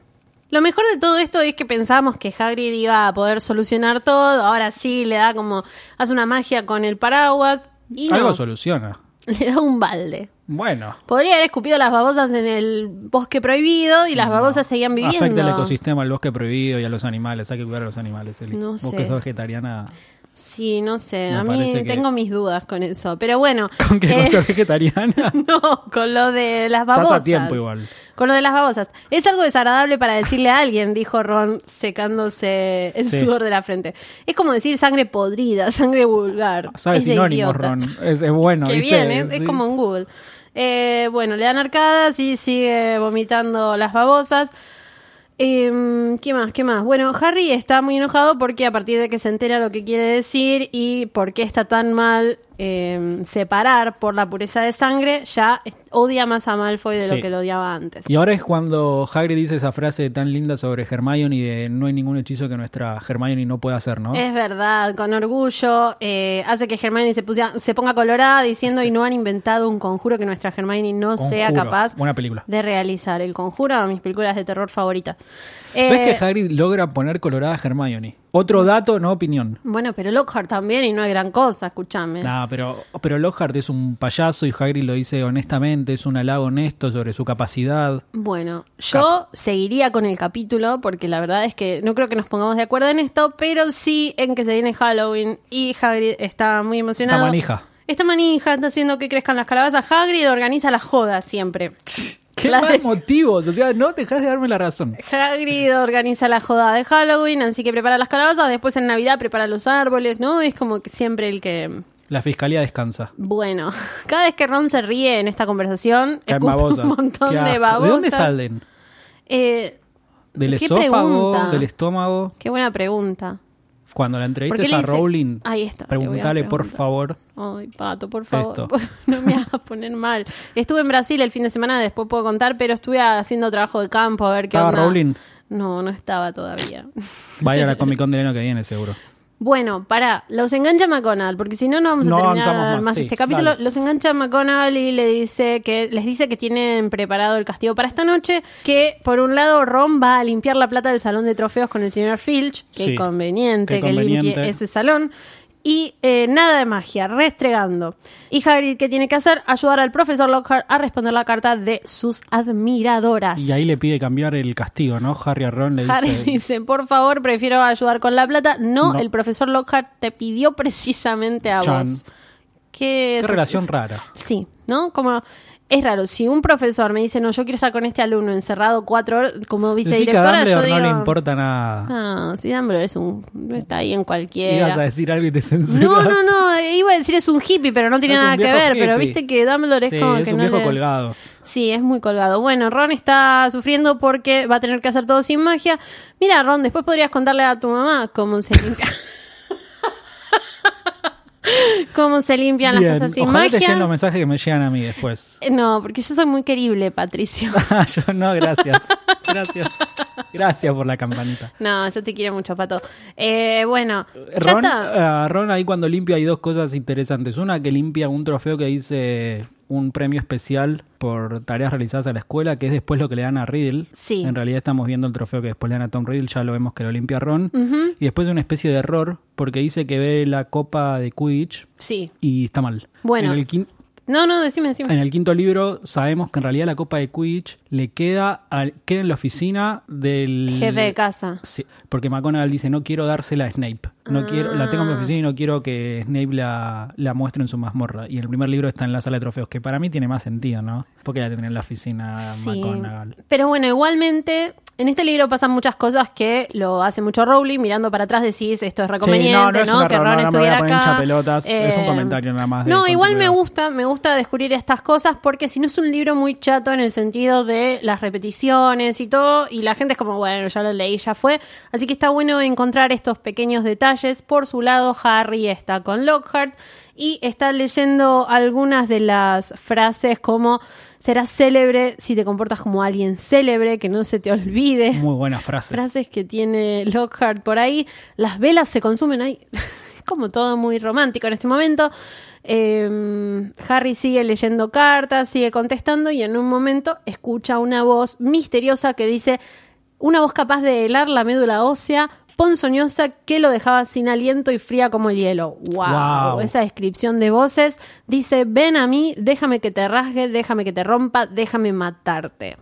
Speaker 1: Lo mejor de todo esto es que pensábamos que Hagrid iba a poder solucionar todo, ahora sí le da como, hace una magia con el paraguas y no,
Speaker 2: Algo soluciona.
Speaker 1: le da un balde.
Speaker 2: Bueno.
Speaker 1: Podría haber escupido las babosas en el bosque prohibido y las babosas seguían viviendo.
Speaker 2: Afecta al ecosistema, al bosque prohibido y a los animales. Hay que cuidar a los animales. Eli.
Speaker 1: No
Speaker 2: Vos
Speaker 1: sé.
Speaker 2: que sos vegetariana.
Speaker 1: Sí, no sé,
Speaker 2: Me
Speaker 1: a mí
Speaker 2: parece que-
Speaker 1: tengo mis dudas con eso, pero bueno.
Speaker 2: Con que
Speaker 1: eh,
Speaker 2: no sos vegetariana.
Speaker 1: No, con lo de las
Speaker 2: Estás a
Speaker 1: babosas.
Speaker 2: tiempo igual.
Speaker 1: Con lo de las babosas. Es algo desagradable para decirle a alguien, dijo Ron, secándose el
Speaker 2: Sí.
Speaker 1: sudor de la frente. Es como decir sangre podrida, sangre vulgar.
Speaker 2: Sabe
Speaker 1: es de
Speaker 2: sinónimos,
Speaker 1: idiotas.
Speaker 2: Ron. Es, es bueno,
Speaker 1: Qué
Speaker 2: ¿viste?
Speaker 1: bien, es, es
Speaker 2: Sí.
Speaker 1: como en Google. Eh, bueno, le dan arcadas y sigue vomitando las babosas. Em, ¿Qué más? ¿Qué más? Bueno, Harry está muy enojado porque a partir de que se entera lo que quiere decir y por qué está tan mal eh, separar por la pureza de sangre, ya odia más a Malfoy de
Speaker 2: Sí.
Speaker 1: lo que lo odiaba antes.
Speaker 2: Y ahora es cuando Hagrid dice esa frase tan linda sobre Hermione y de no hay ningún hechizo que nuestra Hermione no pueda hacer, ¿no?
Speaker 1: Es verdad, con orgullo. eh, hace que Hermione se, pusia- se ponga colorada diciendo y no han inventado un conjuro que nuestra Hermione no sea
Speaker 2: Este. Conjuro.
Speaker 1: capaz
Speaker 2: Buena película.
Speaker 1: de realizar. El conjuro, mis películas de terror favoritas. Eh,
Speaker 2: ¿Ves que Hagrid logra poner colorada a Hermione? Otro dato, no opinión.
Speaker 1: bueno, pero Lockhart también y no hay gran cosa, escúchame.
Speaker 2: Nah, pero, pero Lockhart es un payaso y Hagrid lo dice honestamente, es un halago honesto sobre su capacidad.
Speaker 1: Bueno, yo seguiría con el capítulo porque la verdad es que no creo que nos pongamos de acuerdo en esto, pero sí en que se viene Halloween y Hagrid está muy emocionado.
Speaker 2: Está manija.
Speaker 1: Esta manija está haciendo que crezcan las calabazas. Hagrid organiza la joda siempre.
Speaker 2: ¿Qué
Speaker 1: La
Speaker 2: más
Speaker 1: de-
Speaker 2: motivos? O sea, no dejas de darme la razón.
Speaker 1: Hagrid organiza la joda de Halloween, así que prepara las calabazas, después en Navidad prepara los árboles, ¿no? Es como que siempre el que...
Speaker 2: La fiscalía descansa.
Speaker 1: Bueno, cada vez que Ron se ríe en esta conversación,
Speaker 2: Caen
Speaker 1: escupe
Speaker 2: babosas.
Speaker 1: un montón
Speaker 2: Qué
Speaker 1: de
Speaker 2: asco.
Speaker 1: babosas.
Speaker 2: ¿De dónde salen?
Speaker 1: Eh,
Speaker 2: ¿Del
Speaker 1: ¿Qué
Speaker 2: esófago?
Speaker 1: pregunta?
Speaker 2: ¿Del estómago?
Speaker 1: qué buena pregunta.
Speaker 2: Cuando la
Speaker 1: ¿Por
Speaker 2: entrevistes
Speaker 1: qué le
Speaker 2: a
Speaker 1: dice-
Speaker 2: Rowling,
Speaker 1: Ahí está, le voy a
Speaker 2: preguntale por
Speaker 1: preguntar.
Speaker 2: favor.
Speaker 1: Ay, Pato, por favor,
Speaker 2: Esto.
Speaker 1: no me hagas poner mal. Estuve en Brasil el fin de semana, después puedo contar, pero estuve haciendo trabajo de campo a ver qué
Speaker 2: ¿Estaba
Speaker 1: onda.
Speaker 2: Rowling?
Speaker 1: No, no estaba todavía.
Speaker 2: Va a ir a la Comic Con del año que viene, seguro.
Speaker 1: Bueno, pará, los engancha McConnell, porque si no, no vamos a
Speaker 2: No
Speaker 1: terminar
Speaker 2: avanzamos
Speaker 1: más,
Speaker 2: más, sí,
Speaker 1: este capítulo.
Speaker 2: dale.
Speaker 1: Los engancha McConnell y le dice que, les dice que tienen preparado el castigo para esta noche, que por un lado Ron va a limpiar la plata del salón de trofeos con el señor Filch, qué
Speaker 2: Sí,
Speaker 1: conveniente
Speaker 2: qué
Speaker 1: que limpie
Speaker 2: conveniente.
Speaker 1: ese salón. Y eh, nada de magia, restregando. Y Hagrid, ¿qué tiene que hacer? Ayudar al profesor Lockhart a responder la carta de sus admiradoras.
Speaker 2: Y ahí le pide cambiar el castigo, ¿no? Harry a Ron le
Speaker 1: Harry
Speaker 2: dice...
Speaker 1: dice, por favor, prefiero ayudar con la plata. No,
Speaker 2: No.
Speaker 1: el profesor Lockhart te pidió precisamente a
Speaker 2: Chan.
Speaker 1: vos. ¿Qué,
Speaker 2: Qué
Speaker 1: es-
Speaker 2: relación rara.
Speaker 1: Sí, ¿no? Como es raro. Si un profesor me dice, no, yo quiero estar con este alumno encerrado cuatro horas como
Speaker 2: Decí que
Speaker 1: vicedirectora,
Speaker 2: a
Speaker 1: yo
Speaker 2: Dumbledore
Speaker 1: digo...
Speaker 2: no le importa nada.
Speaker 1: Ah, sí, Dumbledore es un... no está ahí en
Speaker 2: Ibas a
Speaker 1: cualquiera.
Speaker 2: decir algo y te censuras.
Speaker 1: No, no, no, eh, iba a decir es un hippie, pero no tiene
Speaker 2: Es un
Speaker 1: nada que
Speaker 2: viejo
Speaker 1: ver. Pero
Speaker 2: hippie.
Speaker 1: viste que Dumbledore es
Speaker 2: Sí,
Speaker 1: como
Speaker 2: es
Speaker 1: que
Speaker 2: un
Speaker 1: no
Speaker 2: viejo
Speaker 1: le-
Speaker 2: colgado.
Speaker 1: Sí, es muy colgado. Bueno, Ron está sufriendo porque va a tener que hacer todo sin magia. Mira, Ron, después podrías contarle a tu mamá cómo se limpia. cómo se limpian
Speaker 2: Bien,
Speaker 1: las cosas sin
Speaker 2: Ojalá te
Speaker 1: magia.
Speaker 2: lleguen los mensajes que me llegan a mí después.
Speaker 1: Eh, No, porque yo soy muy querible, Patricio.
Speaker 2: Ah, Yo no, gracias. Gracias. Gracias por la campanita.
Speaker 1: No, yo te quiero mucho, Pato. Eh, bueno, ya
Speaker 2: Ron,
Speaker 1: está.
Speaker 2: ah, Ron ahí cuando limpia hay dos cosas interesantes. Una que limpia un trofeo que dice un premio especial por tareas realizadas a la escuela, que es después lo que le dan a Riddle.
Speaker 1: Sí.
Speaker 2: En realidad estamos viendo el trofeo que después le dan a Tom Riddle, ya lo vemos que lo limpia Ron. Y después una especie de error, porque dice que ve la copa de Quidditch
Speaker 1: Sí.
Speaker 2: y está mal.
Speaker 1: Bueno.
Speaker 2: En el quin-
Speaker 1: No, no, decime, decime.
Speaker 2: En el quinto libro sabemos que en realidad la copa de Quidditch le queda, al, queda en la oficina del
Speaker 1: Jefe de casa.
Speaker 2: Sí, porque McConaughey dice no quiero dársela a Snape, no quiero, la
Speaker 1: Ah.
Speaker 2: tengo en mi oficina y no quiero que Snape la, la muestre en su mazmorra. Y el primer libro está en la sala de trofeos, que para mí tiene más sentido, ¿no? Porque la tendría en la oficina
Speaker 1: Sí.
Speaker 2: McConaughey.
Speaker 1: Pero bueno, igualmente, en este libro pasan muchas cosas que lo hace mucho Rowling. Mirando para atrás decís, esto es reconveniente,
Speaker 2: no, no es un
Speaker 1: que
Speaker 2: error,
Speaker 1: Ron
Speaker 2: no, no me voy
Speaker 1: estuviera
Speaker 2: a poner
Speaker 1: acá. Eh,
Speaker 2: hinchapelotas, es un comentario nada más de
Speaker 1: No, igual me
Speaker 2: contenido.
Speaker 1: gusta, me gusta descubrir estas cosas porque si no es un libro muy chato en el sentido de las repeticiones y todo, y la gente es como, bueno, ya lo leí, ya fue. Así que está bueno encontrar estos pequeños detalles. Por su lado, Harry está con Lockhart y está leyendo algunas de las frases como serás célebre si te comportas como alguien célebre, que no se te olvide.
Speaker 2: Muy buena frase.
Speaker 1: Frases que tiene Lockhart por ahí. Las velas se consumen ahí. Es como todo muy romántico en este momento. Eh, Harry sigue leyendo cartas, sigue contestando y en un momento escucha una voz misteriosa que dice, una voz capaz de helar la médula ósea, ponzoñosa, que lo dejaba sin aliento y fría como el hielo. ¡Wow!
Speaker 2: Guau.
Speaker 1: Esa descripción de voces dice, ven a mí, déjame que te rasgue, déjame que te rompa, déjame matarte.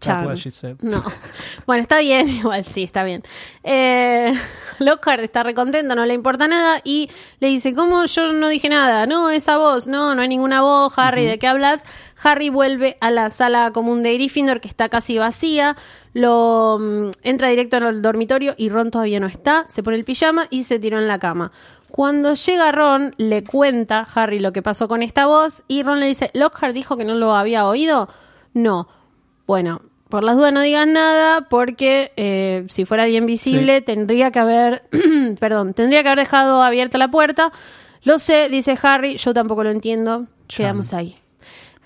Speaker 2: That's
Speaker 1: Chan.
Speaker 2: what she said.
Speaker 1: No. Bueno, está bien, igual sí, está bien. Eh, Lockhart está recontento, no le importa nada y le dice, ¿cómo yo no dije nada? No, esa voz, no, no hay ninguna voz, Harry, ¿de qué hablas? Harry vuelve a la sala común de Gryffindor que está casi vacía, lo mm, entra directo al dormitorio y Ron todavía no está, se pone el pijama y se tiró en la cama. Cuando llega Ron, le cuenta Harry lo que pasó con esta voz y Ron le dice, ¿Lockhart dijo que no lo había oído? No. Bueno, por las dudas no digas nada, porque eh, si fuera bien visible, tendría que haber, perdón, tendría que haber dejado abierta la puerta. Lo sé, dice Harry, yo tampoco lo entiendo. Quedamos ahí.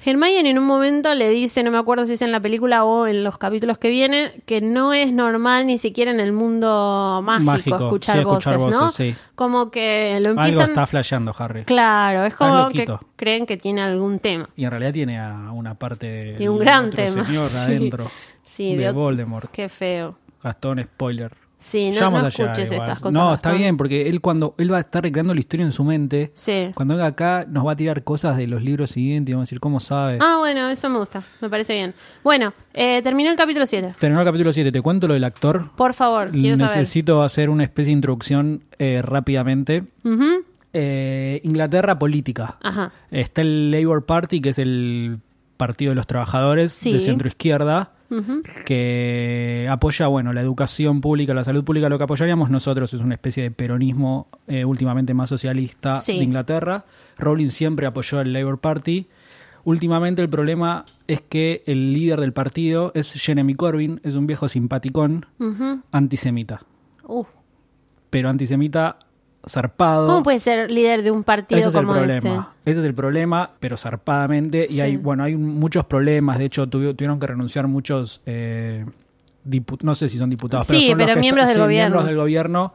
Speaker 1: Hermione en un momento le dice, no me acuerdo si es en la película o en los capítulos que vienen, que no es normal ni siquiera en el mundo mágico,
Speaker 2: Mágico,
Speaker 1: escuchar,
Speaker 2: sí, escuchar
Speaker 1: voces, ¿no?
Speaker 2: voces, sí.
Speaker 1: Como que lo
Speaker 2: Algo
Speaker 1: empiezan...
Speaker 2: está flasheando Harry.
Speaker 1: Claro, es
Speaker 2: Está
Speaker 1: como que
Speaker 2: loquito.
Speaker 1: creen que tiene algún tema.
Speaker 2: Y en realidad tiene a una parte.
Speaker 1: Tiene un
Speaker 2: del
Speaker 1: gran
Speaker 2: otro
Speaker 1: tema,
Speaker 2: Señor
Speaker 1: sí.
Speaker 2: adentro.
Speaker 1: Sí,
Speaker 2: de
Speaker 1: de ot-
Speaker 2: Voldemort.
Speaker 1: Qué feo.
Speaker 2: Gastón, spoiler.
Speaker 1: Sí,
Speaker 2: Ya
Speaker 1: no,
Speaker 2: vamos
Speaker 1: no
Speaker 2: a llegar
Speaker 1: escuches
Speaker 2: igual.
Speaker 1: estas cosas.
Speaker 2: No, está
Speaker 1: Gastón.
Speaker 2: bien, porque él cuando él va a estar recreando la historia en su mente,
Speaker 1: Sí.
Speaker 2: cuando venga acá nos va a tirar cosas de los libros siguientes y vamos a decir, ¿cómo sabe?
Speaker 1: Ah, bueno, eso me gusta, me parece bien. Bueno, eh, terminó el capítulo 7.
Speaker 2: Terminó el capítulo 7, te cuento lo del actor.
Speaker 1: Por favor, quiero saber.
Speaker 2: Necesito hacer una especie de introducción eh, rápidamente.
Speaker 1: Ujú,
Speaker 2: Eh, Inglaterra política.
Speaker 1: Ajá.
Speaker 2: Está el Labour Party, que es el partido de los trabajadores
Speaker 1: Sí.
Speaker 2: de centro izquierda,
Speaker 1: ujú.
Speaker 2: que apoya, bueno, la educación pública, la salud pública. Lo que apoyaríamos nosotros es una especie de peronismo eh, últimamente más socialista
Speaker 1: Sí.
Speaker 2: de Inglaterra. Rowling siempre apoyó al Labour Party. Últimamente el problema es que el líder del partido es Jeremy Corbyn, es un viejo simpaticón
Speaker 1: Ujú.
Speaker 2: antisemita,
Speaker 1: Uf.
Speaker 2: pero antisemita zarpado.
Speaker 1: ¿Cómo puede ser líder de un partido
Speaker 2: Oh. Ese es el
Speaker 1: como este?
Speaker 2: problema. Ese es el problema, pero zarpadamente.
Speaker 1: Sí.
Speaker 2: Y hay, bueno, hay un- muchos problemas. De hecho, tuvi- tuvieron que renunciar muchos, eh, dipu- no sé si son diputados,
Speaker 1: Sí,
Speaker 2: son los
Speaker 1: pero
Speaker 2: que
Speaker 1: miembros
Speaker 2: esta-
Speaker 1: del
Speaker 2: sí,
Speaker 1: gobierno.
Speaker 2: miembros del gobierno.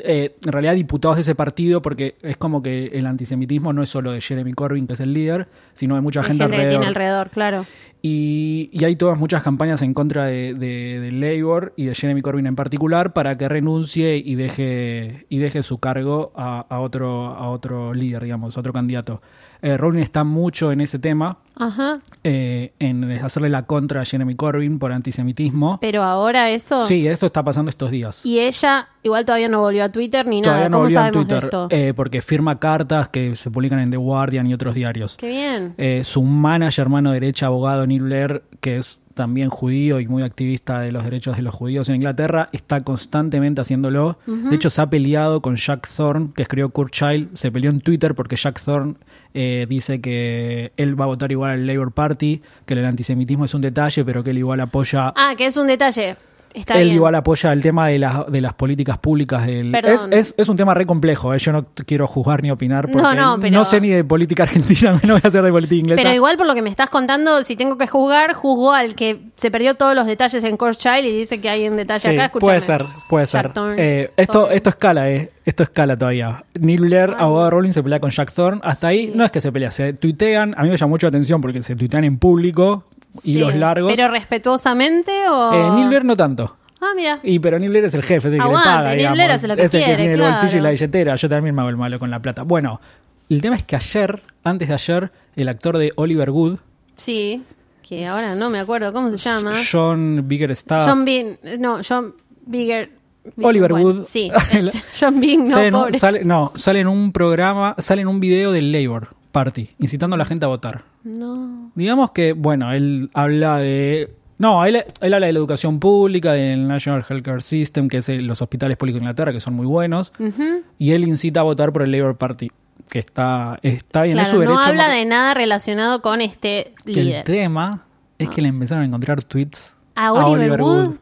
Speaker 2: Eh, en realidad diputados de ese partido porque es como que el antisemitismo no es solo de Jeremy Corbyn que es el líder sino de mucha
Speaker 1: este? Hay
Speaker 2: gente,
Speaker 1: gente que tiene
Speaker 2: alrededor
Speaker 1: alrededor, claro.
Speaker 2: y, y hay todas muchas campañas en contra de, de- de Labour y de Jeremy Corbyn en particular para que renuncie y deje, y deje su cargo a, a otro, a otro líder, digamos, a otro candidato. Eh, Rowling está mucho en ese tema,
Speaker 1: Ajá.
Speaker 2: eh, en hacerle la contra a Jeremy Corbyn por antisemitismo.
Speaker 1: Pero ahora eso.
Speaker 2: Oh. Sí, esto está pasando estos días.
Speaker 1: Y ella igual todavía no volvió a Twitter ni nada.
Speaker 2: Todavía no
Speaker 1: ¿Cómo
Speaker 2: volvió en
Speaker 1: sabemos de
Speaker 2: Twitter
Speaker 1: esto?
Speaker 2: eh, porque firma cartas que se publican en The Guardian y otros diarios.
Speaker 1: Qué bien.
Speaker 2: Eh, su manager, mano derecha, abogado Neil Blair, que es también judío y muy activista de los derechos de los judíos en Inglaterra, está constantemente haciéndolo. De hecho, se ha peleado con Jack Thorne, que escribió Kurt Child. Se peleó en Twitter porque Jack Thorne eh, dice que él va a votar igual al Labour Party, que el antisemitismo es un detalle, pero que él igual apoya.
Speaker 1: Ah, que es un detalle. Está
Speaker 2: él
Speaker 1: bien.
Speaker 2: igual apoya el tema de las, de las políticas públicas. Del, es,
Speaker 1: Perdón.
Speaker 2: es- es un tema re complejo, eh, yo no t- quiero juzgar ni opinar porque
Speaker 1: No,
Speaker 2: no,
Speaker 1: no, pero-
Speaker 2: sé ni de política argentina, no voy a hacer de política inglesa.
Speaker 1: Pero igual por lo que me estás contando, si tengo que juzgar, juzgo al que se perdió todos los detalles en Core Child y dice que hay un detalle
Speaker 2: Sí,
Speaker 1: acá. Escuchame.
Speaker 2: puede ser, puede ser.
Speaker 1: Jack Thorne.
Speaker 2: Eh, esto,
Speaker 1: Thorne.
Speaker 2: esto escala, eh. Esto escala todavía. Neil Blair, abogado de Rowling, se pelea con Jack Thorne. Hasta ahí no es que se pelea, se tuitean. A mí me llama mucho la atención porque se tuitean en público y
Speaker 1: Sí,
Speaker 2: los largos.
Speaker 1: ¿Pero respetuosamente o...?
Speaker 2: Eh, Neil Blair no tanto.
Speaker 1: Ah, mira.
Speaker 2: Y pero Neil Blair es el jefe, es el que
Speaker 1: Aguante,
Speaker 2: le paga,
Speaker 1: Neil
Speaker 2: digamos.
Speaker 1: Blair hace lo que
Speaker 2: es el
Speaker 1: quiere,
Speaker 2: que tiene
Speaker 1: claro.
Speaker 2: el bolsillo y la billetera. Yo también me hago el malo con la plata. Bueno, el tema es que ayer, antes de ayer, el actor de Oliver Wood,
Speaker 1: Sí. Que ahora no me acuerdo cómo se llama.
Speaker 2: John Biggerstaff,
Speaker 1: John Bean. No, John Bigger. Bigger-
Speaker 2: Oliver
Speaker 1: bueno,
Speaker 2: Wood.
Speaker 1: Sí. es- John Bean, no,
Speaker 2: sale, en un-
Speaker 1: pobre.
Speaker 2: sale- no, sale en un programa, sale en un video del Labour Party, incitando a la gente a votar.
Speaker 1: No.
Speaker 2: Digamos que, bueno, él habla de... No, él, él habla de la educación pública, del National Healthcare System, que es el- los hospitales públicos de Inglaterra, que son muy buenos,
Speaker 1: Ujú.
Speaker 2: y él incita a votar por el Labour Party, que está, está bien, es su
Speaker 1: Claro,
Speaker 2: derecho.
Speaker 1: no habla
Speaker 2: democr-
Speaker 1: de nada relacionado con este
Speaker 2: que el
Speaker 1: líder.
Speaker 2: tema es que le empezaron a encontrar tweets
Speaker 1: ¿A Oliver, Wood?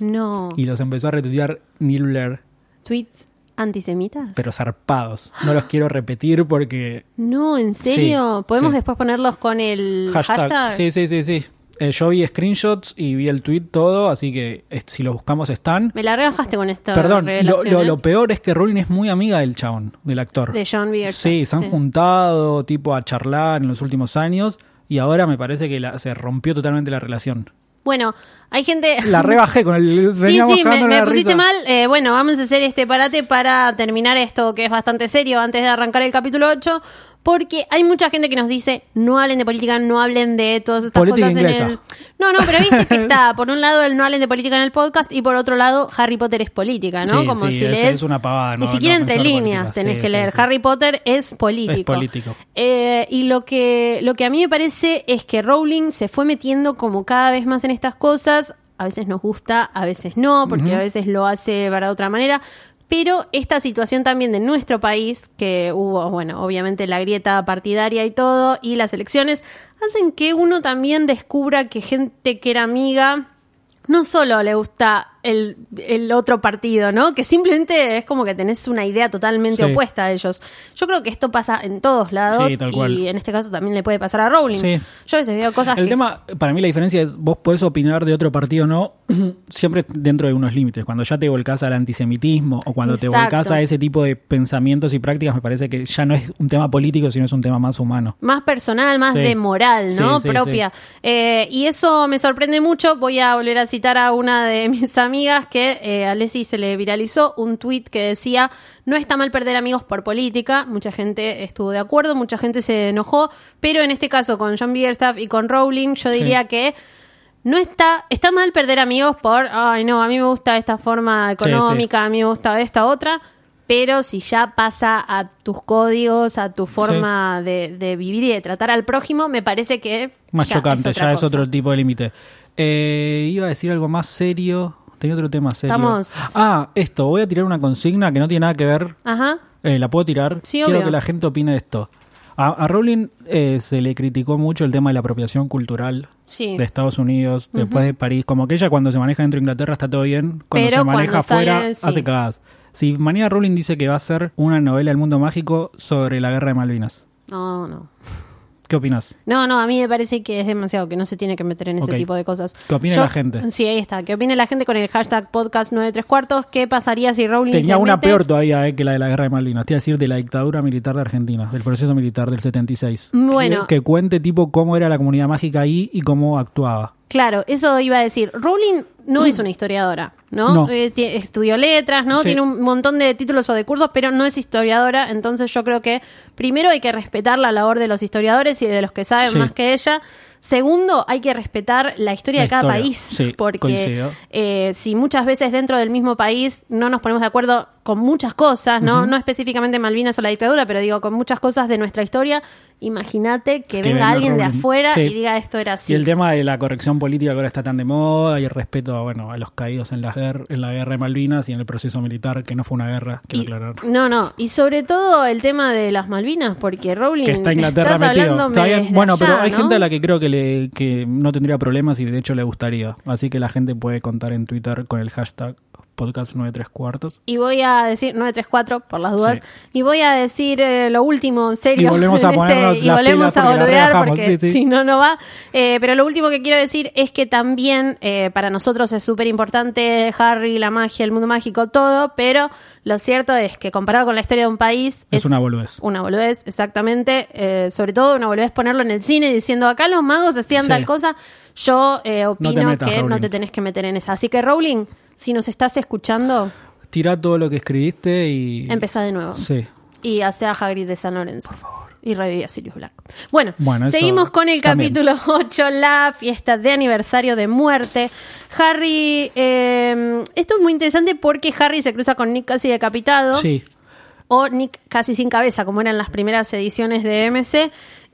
Speaker 1: No.
Speaker 2: y los empezó a retuitear Neil Blair,
Speaker 1: ¿Tweets antisemitas?
Speaker 2: pero zarpados. No los quiero repetir porque
Speaker 1: No, ¿en serio?
Speaker 2: Sí,
Speaker 1: ¿Podemos
Speaker 2: sí.
Speaker 1: después ponerlos con el hashtag?
Speaker 2: Hashtag. Sí, sí, sí, sí. Eh, yo vi screenshots y vi el tweet todo, así que eh, si lo buscamos están.
Speaker 1: Me la rebajaste con esta
Speaker 2: Perdón, lo,
Speaker 1: revelación,
Speaker 2: lo-
Speaker 1: ¿eh?
Speaker 2: lo peor es que Rowling es muy amiga del chabón, del actor.
Speaker 1: De John Bierce.
Speaker 2: Sí, se han juntado tipo a charlar en los últimos años y ahora me parece que la- se rompió totalmente la relación.
Speaker 1: Bueno, hay gente...
Speaker 2: La rebajé con el...
Speaker 1: Sí,
Speaker 2: veníamos
Speaker 1: sí, me,
Speaker 2: cagándonos
Speaker 1: me
Speaker 2: la
Speaker 1: pusiste
Speaker 2: risa.
Speaker 1: mal. Eh, bueno, vamos a hacer este parate para terminar esto que es bastante serio antes de arrancar el capítulo 8, porque hay mucha gente que nos dice no hablen de política, no hablen de todas estas
Speaker 2: Política
Speaker 1: cosas
Speaker 2: inglesa.
Speaker 1: en el... No, no, pero viste que está, por un lado el no hablen de política en el podcast y por otro lado Harry Potter es política, ¿no?
Speaker 2: Sí,
Speaker 1: Como
Speaker 2: sí,
Speaker 1: si
Speaker 2: es-
Speaker 1: lees...
Speaker 2: es una pavada,
Speaker 1: Ni
Speaker 2: no-
Speaker 1: siquiera
Speaker 2: no
Speaker 1: entre
Speaker 2: pensar política,
Speaker 1: líneas tenés
Speaker 2: sí,
Speaker 1: que
Speaker 2: sí,
Speaker 1: leer.
Speaker 2: sí.
Speaker 1: Harry Potter es político.
Speaker 2: Es político.
Speaker 1: Eh, y lo que, lo que a mí me parece es que Rowling se fue metiendo como cada vez más en estas cosas. A veces nos gusta, a veces no, porque a veces lo hace para otra manera. Pero esta situación también de nuestro país, que hubo, bueno, obviamente la grieta partidaria y todo, y las elecciones, hacen que uno también descubra que gente que era amiga no solo le gusta el, el otro partido, ¿no? Que simplemente es como que tenés una idea totalmente
Speaker 2: Sí.
Speaker 1: opuesta a ellos. Yo creo que esto pasa en todos lados
Speaker 2: Sí, tal cual.
Speaker 1: y en este caso también le puede pasar a Rowling.
Speaker 2: Sí.
Speaker 1: Yo a veces veo cosas
Speaker 2: El
Speaker 1: que-
Speaker 2: tema, para mí la diferencia es, vos podés opinar de otro partido o no, siempre dentro de unos límites. Cuando ya te volcás al antisemitismo o cuando te
Speaker 1: Exacto.
Speaker 2: volcás a ese tipo de pensamientos y prácticas, me parece que ya no es un tema político, sino es un tema más humano.
Speaker 1: más personal, más
Speaker 2: Sí.
Speaker 1: de moral, ¿no?
Speaker 2: Sí, sí,
Speaker 1: Propia. Eh, y eso me sorprende mucho. Voy a volver a citar a una de mis amigas que eh, a Leslie se le viralizó un tuit que decía, no está mal perder amigos por política. Mucha gente estuvo de acuerdo, mucha gente se enojó, pero en este caso con John Bierstaff y con Rowling yo
Speaker 2: Sí.
Speaker 1: diría que... No está, está mal perder amigos por, ay no, a mí me gusta esta forma
Speaker 2: Sí, sí.
Speaker 1: económica, a mí me gusta esta otra, pero si ya pasa a tus códigos, a tu forma de, de vivir y de tratar al prójimo, me parece que...
Speaker 2: Más
Speaker 1: ya
Speaker 2: chocante,
Speaker 1: es otra
Speaker 2: ya es
Speaker 1: cosa.
Speaker 2: otro tipo de límite. Eh, iba a decir algo más serio. Tenía otro tema serio.
Speaker 1: Estamos-
Speaker 2: Ah, esto, voy a tirar una consigna que no tiene nada que ver
Speaker 1: Ajá.
Speaker 2: Eh, la puedo tirar.
Speaker 1: Sí,
Speaker 2: Quiero
Speaker 1: obvio.
Speaker 2: que la gente opine de esto. A, a Rowling eh, se le criticó mucho el tema de la apropiación cultural
Speaker 1: Sí.
Speaker 2: de Estados Unidos después de París. Como que ella cuando se maneja dentro de Inglaterra está todo bien. Cuando
Speaker 1: Pero
Speaker 2: se maneja
Speaker 1: cuando sale,
Speaker 2: afuera
Speaker 1: sí.
Speaker 2: hace cagadas. Si mañana Rowling dice que va a hacer una novela del mundo mágico sobre la guerra de Malvinas,
Speaker 1: No, no.
Speaker 2: ¿qué opinas?
Speaker 1: No, no, a mí me parece que es demasiado, que no se tiene que meter en ese
Speaker 2: Ok.
Speaker 1: tipo de cosas.
Speaker 2: ¿Qué opina
Speaker 1: Yo-
Speaker 2: la gente?
Speaker 1: Sí, ahí está. Que opine la gente con el hashtag podcast 93 cuartos. ¿Qué pasaría si Rowling
Speaker 2: Tenía
Speaker 1: se
Speaker 2: una
Speaker 1: mete?
Speaker 2: peor todavía eh, que la de la guerra de Malvinas, te iba a decir de la dictadura militar de Argentina, del proceso militar del 76.
Speaker 1: Bueno.
Speaker 2: Que, que cuente tipo cómo era la comunidad mágica ahí y cómo actuaba.
Speaker 1: Claro, eso iba a decir. Rowling no es una historiadora, ¿no?
Speaker 2: No.
Speaker 1: Eh, ti- estudió letras, ¿no?
Speaker 2: Sí.
Speaker 1: Tiene un montón de títulos o de cursos, pero no es historiadora. Entonces yo creo que primero hay que respetar la labor de los historiadores y de los que saben
Speaker 2: Sí.
Speaker 1: más que ella. Segundo, hay que respetar la historia
Speaker 2: La
Speaker 1: de cada
Speaker 2: historia,
Speaker 1: país,
Speaker 2: sí,
Speaker 1: porque
Speaker 2: coincido.
Speaker 1: eh, si muchas veces dentro del mismo país no nos ponemos de acuerdo con muchas cosas, no, no específicamente Malvinas o la dictadura, pero digo con muchas cosas de nuestra historia, imagínate que,
Speaker 2: Que
Speaker 1: venga
Speaker 2: venga
Speaker 1: alguien de
Speaker 2: Rowling.
Speaker 1: afuera
Speaker 2: Sí.
Speaker 1: y diga esto era así.
Speaker 2: Y el tema de la corrección política que ahora está tan de moda y el respeto bueno, a los caídos en la, guerra, en la guerra de Malvinas y en el proceso militar, que no fue una guerra, quiero
Speaker 1: Y-
Speaker 2: aclarar.
Speaker 1: No, no. Y sobre todo el tema de las Malvinas, porque Rowling.
Speaker 2: Que está Inglaterra
Speaker 1: estás
Speaker 2: metido.
Speaker 1: hablándome
Speaker 2: Está bien.
Speaker 1: desde
Speaker 2: Bueno, pero
Speaker 1: allá,
Speaker 2: hay
Speaker 1: ¿no?
Speaker 2: gente a la que creo que, le, que no tendría problemas y de hecho le gustaría. Así que la gente puede contar en Twitter con el hashtag podcast 93 cuartos.
Speaker 1: Y voy a decir. 934, por las dudas.
Speaker 2: Sí.
Speaker 1: Y voy a decir eh, lo último, en serio.
Speaker 2: Y volvemos a
Speaker 1: de
Speaker 2: ponernos
Speaker 1: y
Speaker 2: las
Speaker 1: volvemos
Speaker 2: pilas
Speaker 1: a
Speaker 2: porque la
Speaker 1: boludear,
Speaker 2: rebajamos,
Speaker 1: porque
Speaker 2: sí, sí.
Speaker 1: si no, no va. Eh, pero lo último que quiero decir es que también eh, para nosotros es súper importante Harry, la magia, el mundo mágico, todo. Pero lo cierto es que comparado con la historia de un país.
Speaker 2: Es una boludez.
Speaker 1: Una boludez, exactamente. Eh, sobre todo una boludez ponerlo en el cine diciendo acá los magos hacían
Speaker 2: Sí.
Speaker 1: tal cosa. Yo eh, opino
Speaker 2: metas,
Speaker 1: que no
Speaker 2: Rowling.
Speaker 1: te tenés que meter en esa. Así que, Rowling, si nos estás escuchando,
Speaker 2: Tira todo lo que escribiste y...
Speaker 1: empezá de nuevo.
Speaker 2: Sí.
Speaker 1: Y hace a Hagrid de San Lorenzo. Y revive a Sirius Black. Bueno,
Speaker 2: Bueno, eso
Speaker 1: seguimos con el
Speaker 2: también.
Speaker 1: capítulo 8, la fiesta de aniversario de muerte. Harry, eh, esto es muy interesante porque Harry se cruza con Nick casi decapitado
Speaker 2: Sí.
Speaker 1: o Nick casi sin cabeza, como eran las primeras ediciones de MC.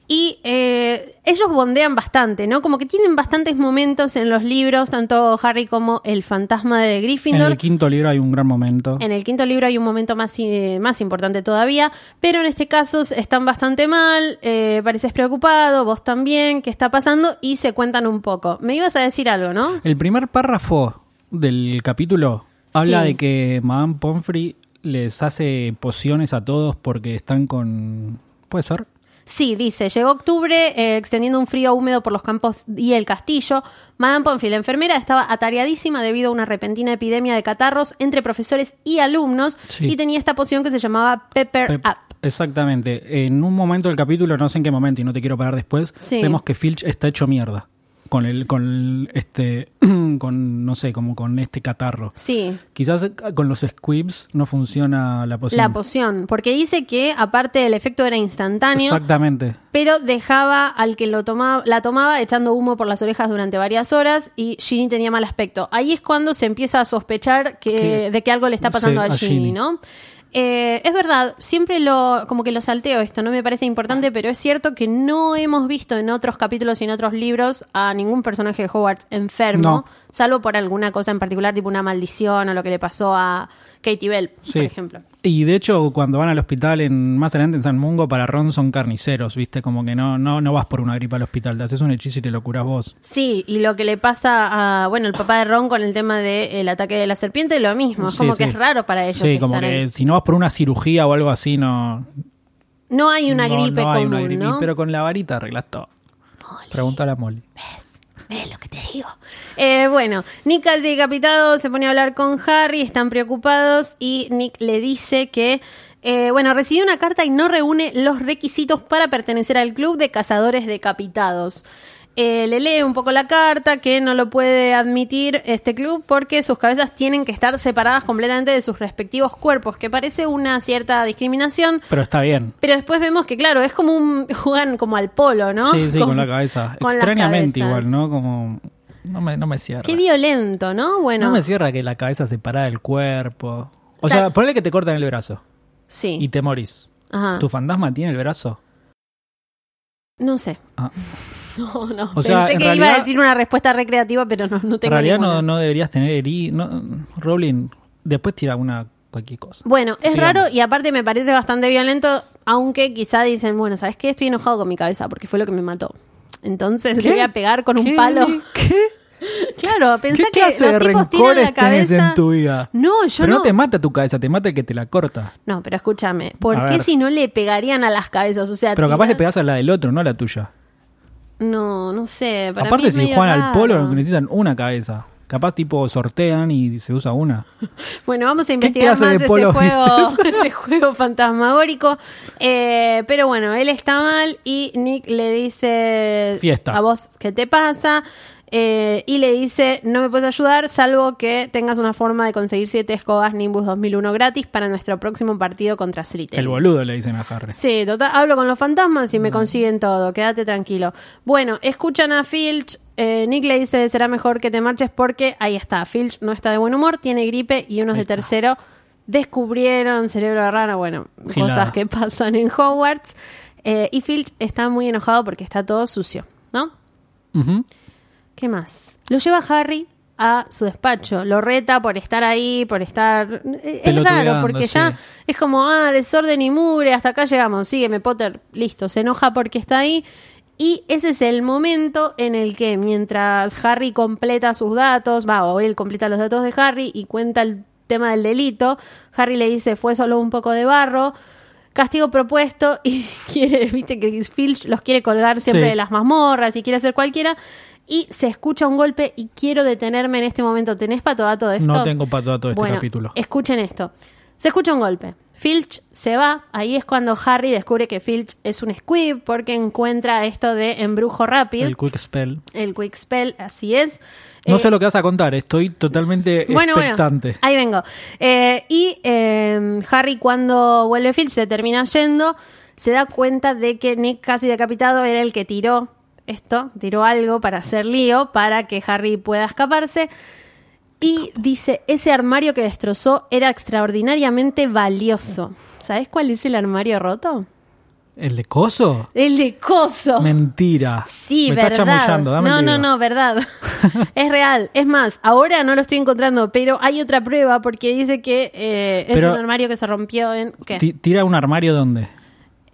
Speaker 1: Y eh, ellos bondean bastante, ¿no? Como que tienen bastantes momentos en los libros, tanto Harry como el fantasma de
Speaker 2: En
Speaker 1: Gryffindor.
Speaker 2: el quinto libro hay un gran momento.
Speaker 1: En el quinto libro hay un momento más, eh, más importante todavía, pero en este caso están bastante mal, eh, pareces preocupado, vos también, ¿qué está pasando? Y se cuentan un poco. Me ibas a decir algo, ¿no?
Speaker 2: El primer párrafo del capítulo habla
Speaker 1: Sí.
Speaker 2: de que Madame Pomfrey les hace pociones a todos porque están con. ¿Puede ser?
Speaker 1: Sí, dice, llegó octubre eh, extendiendo un frío húmedo por los campos y el castillo. Madame Pomfrey, la enfermera, estaba atareadísima debido a una repentina epidemia de catarros entre profesores y alumnos
Speaker 2: Sí.
Speaker 1: y tenía esta poción que se llamaba Pepper
Speaker 2: Pep-
Speaker 1: Up.
Speaker 2: Exactamente. En un momento del capítulo, no sé en qué momento y no te quiero parar después,
Speaker 1: Sí.
Speaker 2: vemos que Filch está hecho mierda. Con el, con el- este, con, no sé, como con este catarro.
Speaker 1: Sí.
Speaker 2: Quizás con los squibs no funciona la poción.
Speaker 1: La poción, porque dice que aparte del efecto era instantáneo,
Speaker 2: Exactamente.
Speaker 1: pero dejaba al que lo tomaba, la tomaba echando humo por las orejas durante varias horas y Ginny tenía mal aspecto. Ahí es cuando se empieza a sospechar que,
Speaker 2: Que-
Speaker 1: de que algo le está pasando
Speaker 2: sí,
Speaker 1: a,
Speaker 2: a
Speaker 1: Ginny,
Speaker 2: Ginny.
Speaker 1: ¿no? Eh, es verdad, siempre lo, como que lo salteo esto, no me parece importante, pero es cierto que no hemos visto en otros capítulos y en otros libros a ningún personaje de Hogwarts enfermo,
Speaker 2: No.
Speaker 1: salvo por alguna cosa en particular, tipo una maldición o lo que le pasó a Katie Bell,
Speaker 2: Sí.
Speaker 1: por ejemplo.
Speaker 2: Y de hecho, cuando van al hospital en más adelante en San Mungo, para Ron son carniceros, ¿viste? Como que no, no, no vas por una gripa al hospital, te haces un hechizo y te lo curas vos.
Speaker 1: Sí, y lo que le pasa a, bueno, el papá de Ron con el tema del ataque de la serpiente, lo mismo, es
Speaker 2: Sí,
Speaker 1: como
Speaker 2: sí.
Speaker 1: que es raro para ellos.
Speaker 2: Sí, como
Speaker 1: estar
Speaker 2: que
Speaker 1: ahí.
Speaker 2: si no vas por una cirugía o algo así, no.
Speaker 1: No hay una
Speaker 2: no-
Speaker 1: gripe
Speaker 2: no hay
Speaker 1: común,
Speaker 2: una gripe,
Speaker 1: ¿no?
Speaker 2: Pero con la varita arreglas todo. Pregunta a Molly.
Speaker 1: ¿Ves lo que te digo? Eh, bueno, Nick al decapitado se pone a hablar con Harry, están preocupados y Nick le dice que, eh, bueno, recibió una carta y no reúne los requisitos para pertenecer al club de cazadores decapitados. Eh, le lee un poco la carta que no lo puede admitir este club porque sus cabezas tienen que estar separadas completamente de sus respectivos cuerpos, que parece una cierta discriminación.
Speaker 2: Pero está bien.
Speaker 1: Pero después vemos que, claro, es como un. juegan como al polo, ¿no?
Speaker 2: Sí, sí, con, la cabeza.
Speaker 1: con las
Speaker 2: Extrañamente
Speaker 1: cabezas.
Speaker 2: igual, ¿no? Como. No me, no me cierra.
Speaker 1: Qué violento, ¿no? Bueno.
Speaker 2: No me cierra que la cabeza separada del cuerpo. O
Speaker 1: La-
Speaker 2: sea, ponle que te cortan el brazo
Speaker 1: Sí. Ah.
Speaker 2: y te morís.
Speaker 1: Ajá.
Speaker 2: ¿Tu fantasma tiene el brazo?
Speaker 1: No sé.
Speaker 2: Ah.
Speaker 1: No, no.
Speaker 2: O sea,
Speaker 1: Pensé
Speaker 2: en
Speaker 1: que iba a
Speaker 2: realidad-
Speaker 1: decir una respuesta recreativa, pero no, no
Speaker 2: En
Speaker 1: tengo
Speaker 2: realidad
Speaker 1: ninguna.
Speaker 2: no, no deberías tener heridas. Rowling, después tira una cualquier cosa.
Speaker 1: Bueno, es
Speaker 2: Sigamos.
Speaker 1: raro y aparte me parece bastante violento, aunque quizá dicen, bueno, ¿sabes qué? Estoy enojado con mi cabeza porque fue lo que me mató. Entonces le voy a pegar con un
Speaker 2: ¿Qué?
Speaker 1: palo.
Speaker 2: ¿Qué?
Speaker 1: Claro, pensé
Speaker 2: ¿Qué
Speaker 1: que
Speaker 2: clase de
Speaker 1: los tipos tiran la
Speaker 2: rencores tenés
Speaker 1: cabeza.
Speaker 2: en tu vida?
Speaker 1: No, yo
Speaker 2: Pero no.
Speaker 1: no.
Speaker 2: te mata tu cabeza, te mata el que te la corta.
Speaker 1: No, pero escúchame, ¿por
Speaker 2: A
Speaker 1: qué
Speaker 2: ver.
Speaker 1: si no le pegarían a las cabezas? O sea,
Speaker 2: Pero capaz le
Speaker 1: tiran-
Speaker 2: pegás a la del otro, no a la tuya.
Speaker 1: No, no sé. para mí
Speaker 2: Aparte,
Speaker 1: es
Speaker 2: si
Speaker 1: medio
Speaker 2: juegan al polo,
Speaker 1: raro.
Speaker 2: necesitan una cabeza. Capaz, tipo, sortean y se usa una.
Speaker 1: Bueno, vamos a investigar
Speaker 2: clase
Speaker 1: más
Speaker 2: de
Speaker 1: este
Speaker 2: polo
Speaker 1: juego, este juego fantasmagórico. Eh, pero bueno, él está mal y Nick le dice
Speaker 2: Fiesta.
Speaker 1: a vos qué te pasa. Eh, y le dice, no me puedes ayudar, salvo que tengas una forma de conseguir siete escobas Nimbus 2001 gratis para nuestro próximo partido contra Slytherin.
Speaker 2: El boludo le dicen a Harry.
Speaker 1: Sí, total, hablo con los fantasmas
Speaker 2: Mm.
Speaker 1: y me consiguen todo, quédate tranquilo. Bueno, escuchan a Filch, eh, Nick le dice será mejor que te marches porque ahí está, Filch no está de buen humor, tiene gripe y unos
Speaker 2: Ahí
Speaker 1: de
Speaker 2: está.
Speaker 1: tercero descubrieron cerebro de rana, bueno,
Speaker 2: Gilada.
Speaker 1: cosas que pasan en Hogwarts. Eh, y Filch está muy enojado porque está todo sucio, ¿no?
Speaker 2: Ujú.
Speaker 1: ¿Qué más? Lo lleva Harry a su despacho, lo reta por estar ahí, por estar... eh, Es raro,
Speaker 2: Pelotudeando,
Speaker 1: porque
Speaker 2: sí.
Speaker 1: ya es como, ah, desorden y mugre, hasta acá llegamos, sígueme Potter, listo, se enoja porque está ahí. Y ese es el momento en el que mientras Harry completa sus datos, va, o él completa los datos de Harry y cuenta el tema del delito, Harry le dice, fue solo un poco de barro, castigo propuesto y quiere, viste que Filch los quiere colgar siempre
Speaker 2: Sí.
Speaker 1: de las mazmorras y quiere hacer cualquiera. Y se escucha un golpe y quiero detenerme en este momento. ¿Tenés patodato de esto?
Speaker 2: No tengo patodato de este
Speaker 1: Bueno,
Speaker 2: capítulo.
Speaker 1: Escuchen esto. Se escucha un golpe. Filch se va. Ahí es cuando Harry descubre que Filch es un squib porque encuentra esto de embrujo rápido.
Speaker 2: El
Speaker 1: El,
Speaker 2: quick spell.
Speaker 1: quick spell, así es.
Speaker 2: No
Speaker 1: Eh,
Speaker 2: sé lo que vas a contar, estoy totalmente expectante.
Speaker 1: bueno, ahí vengo. Eh, y eh, Harry cuando vuelve Filch se termina yendo, se da cuenta de que Nick casi decapitado era el que tiró esto, tiró algo para hacer lío, para que Harry pueda escaparse. Y dice, ese armario que destrozó era extraordinariamente valioso. ¿Sabes cuál es el armario roto?
Speaker 2: ¿El de coso?
Speaker 1: El de coso.
Speaker 2: Mentira.
Speaker 1: Oh. Sí,
Speaker 2: Me
Speaker 1: verdad.
Speaker 2: está chamullando, dame
Speaker 1: no,
Speaker 2: el
Speaker 1: no,
Speaker 2: libro.
Speaker 1: no, verdad. es real. Es más, ahora no lo estoy encontrando, pero hay otra prueba porque dice que eh, es
Speaker 2: Pero-
Speaker 1: un armario que se rompió en. ¿Qué?
Speaker 2: Ti- Tira un armario donde.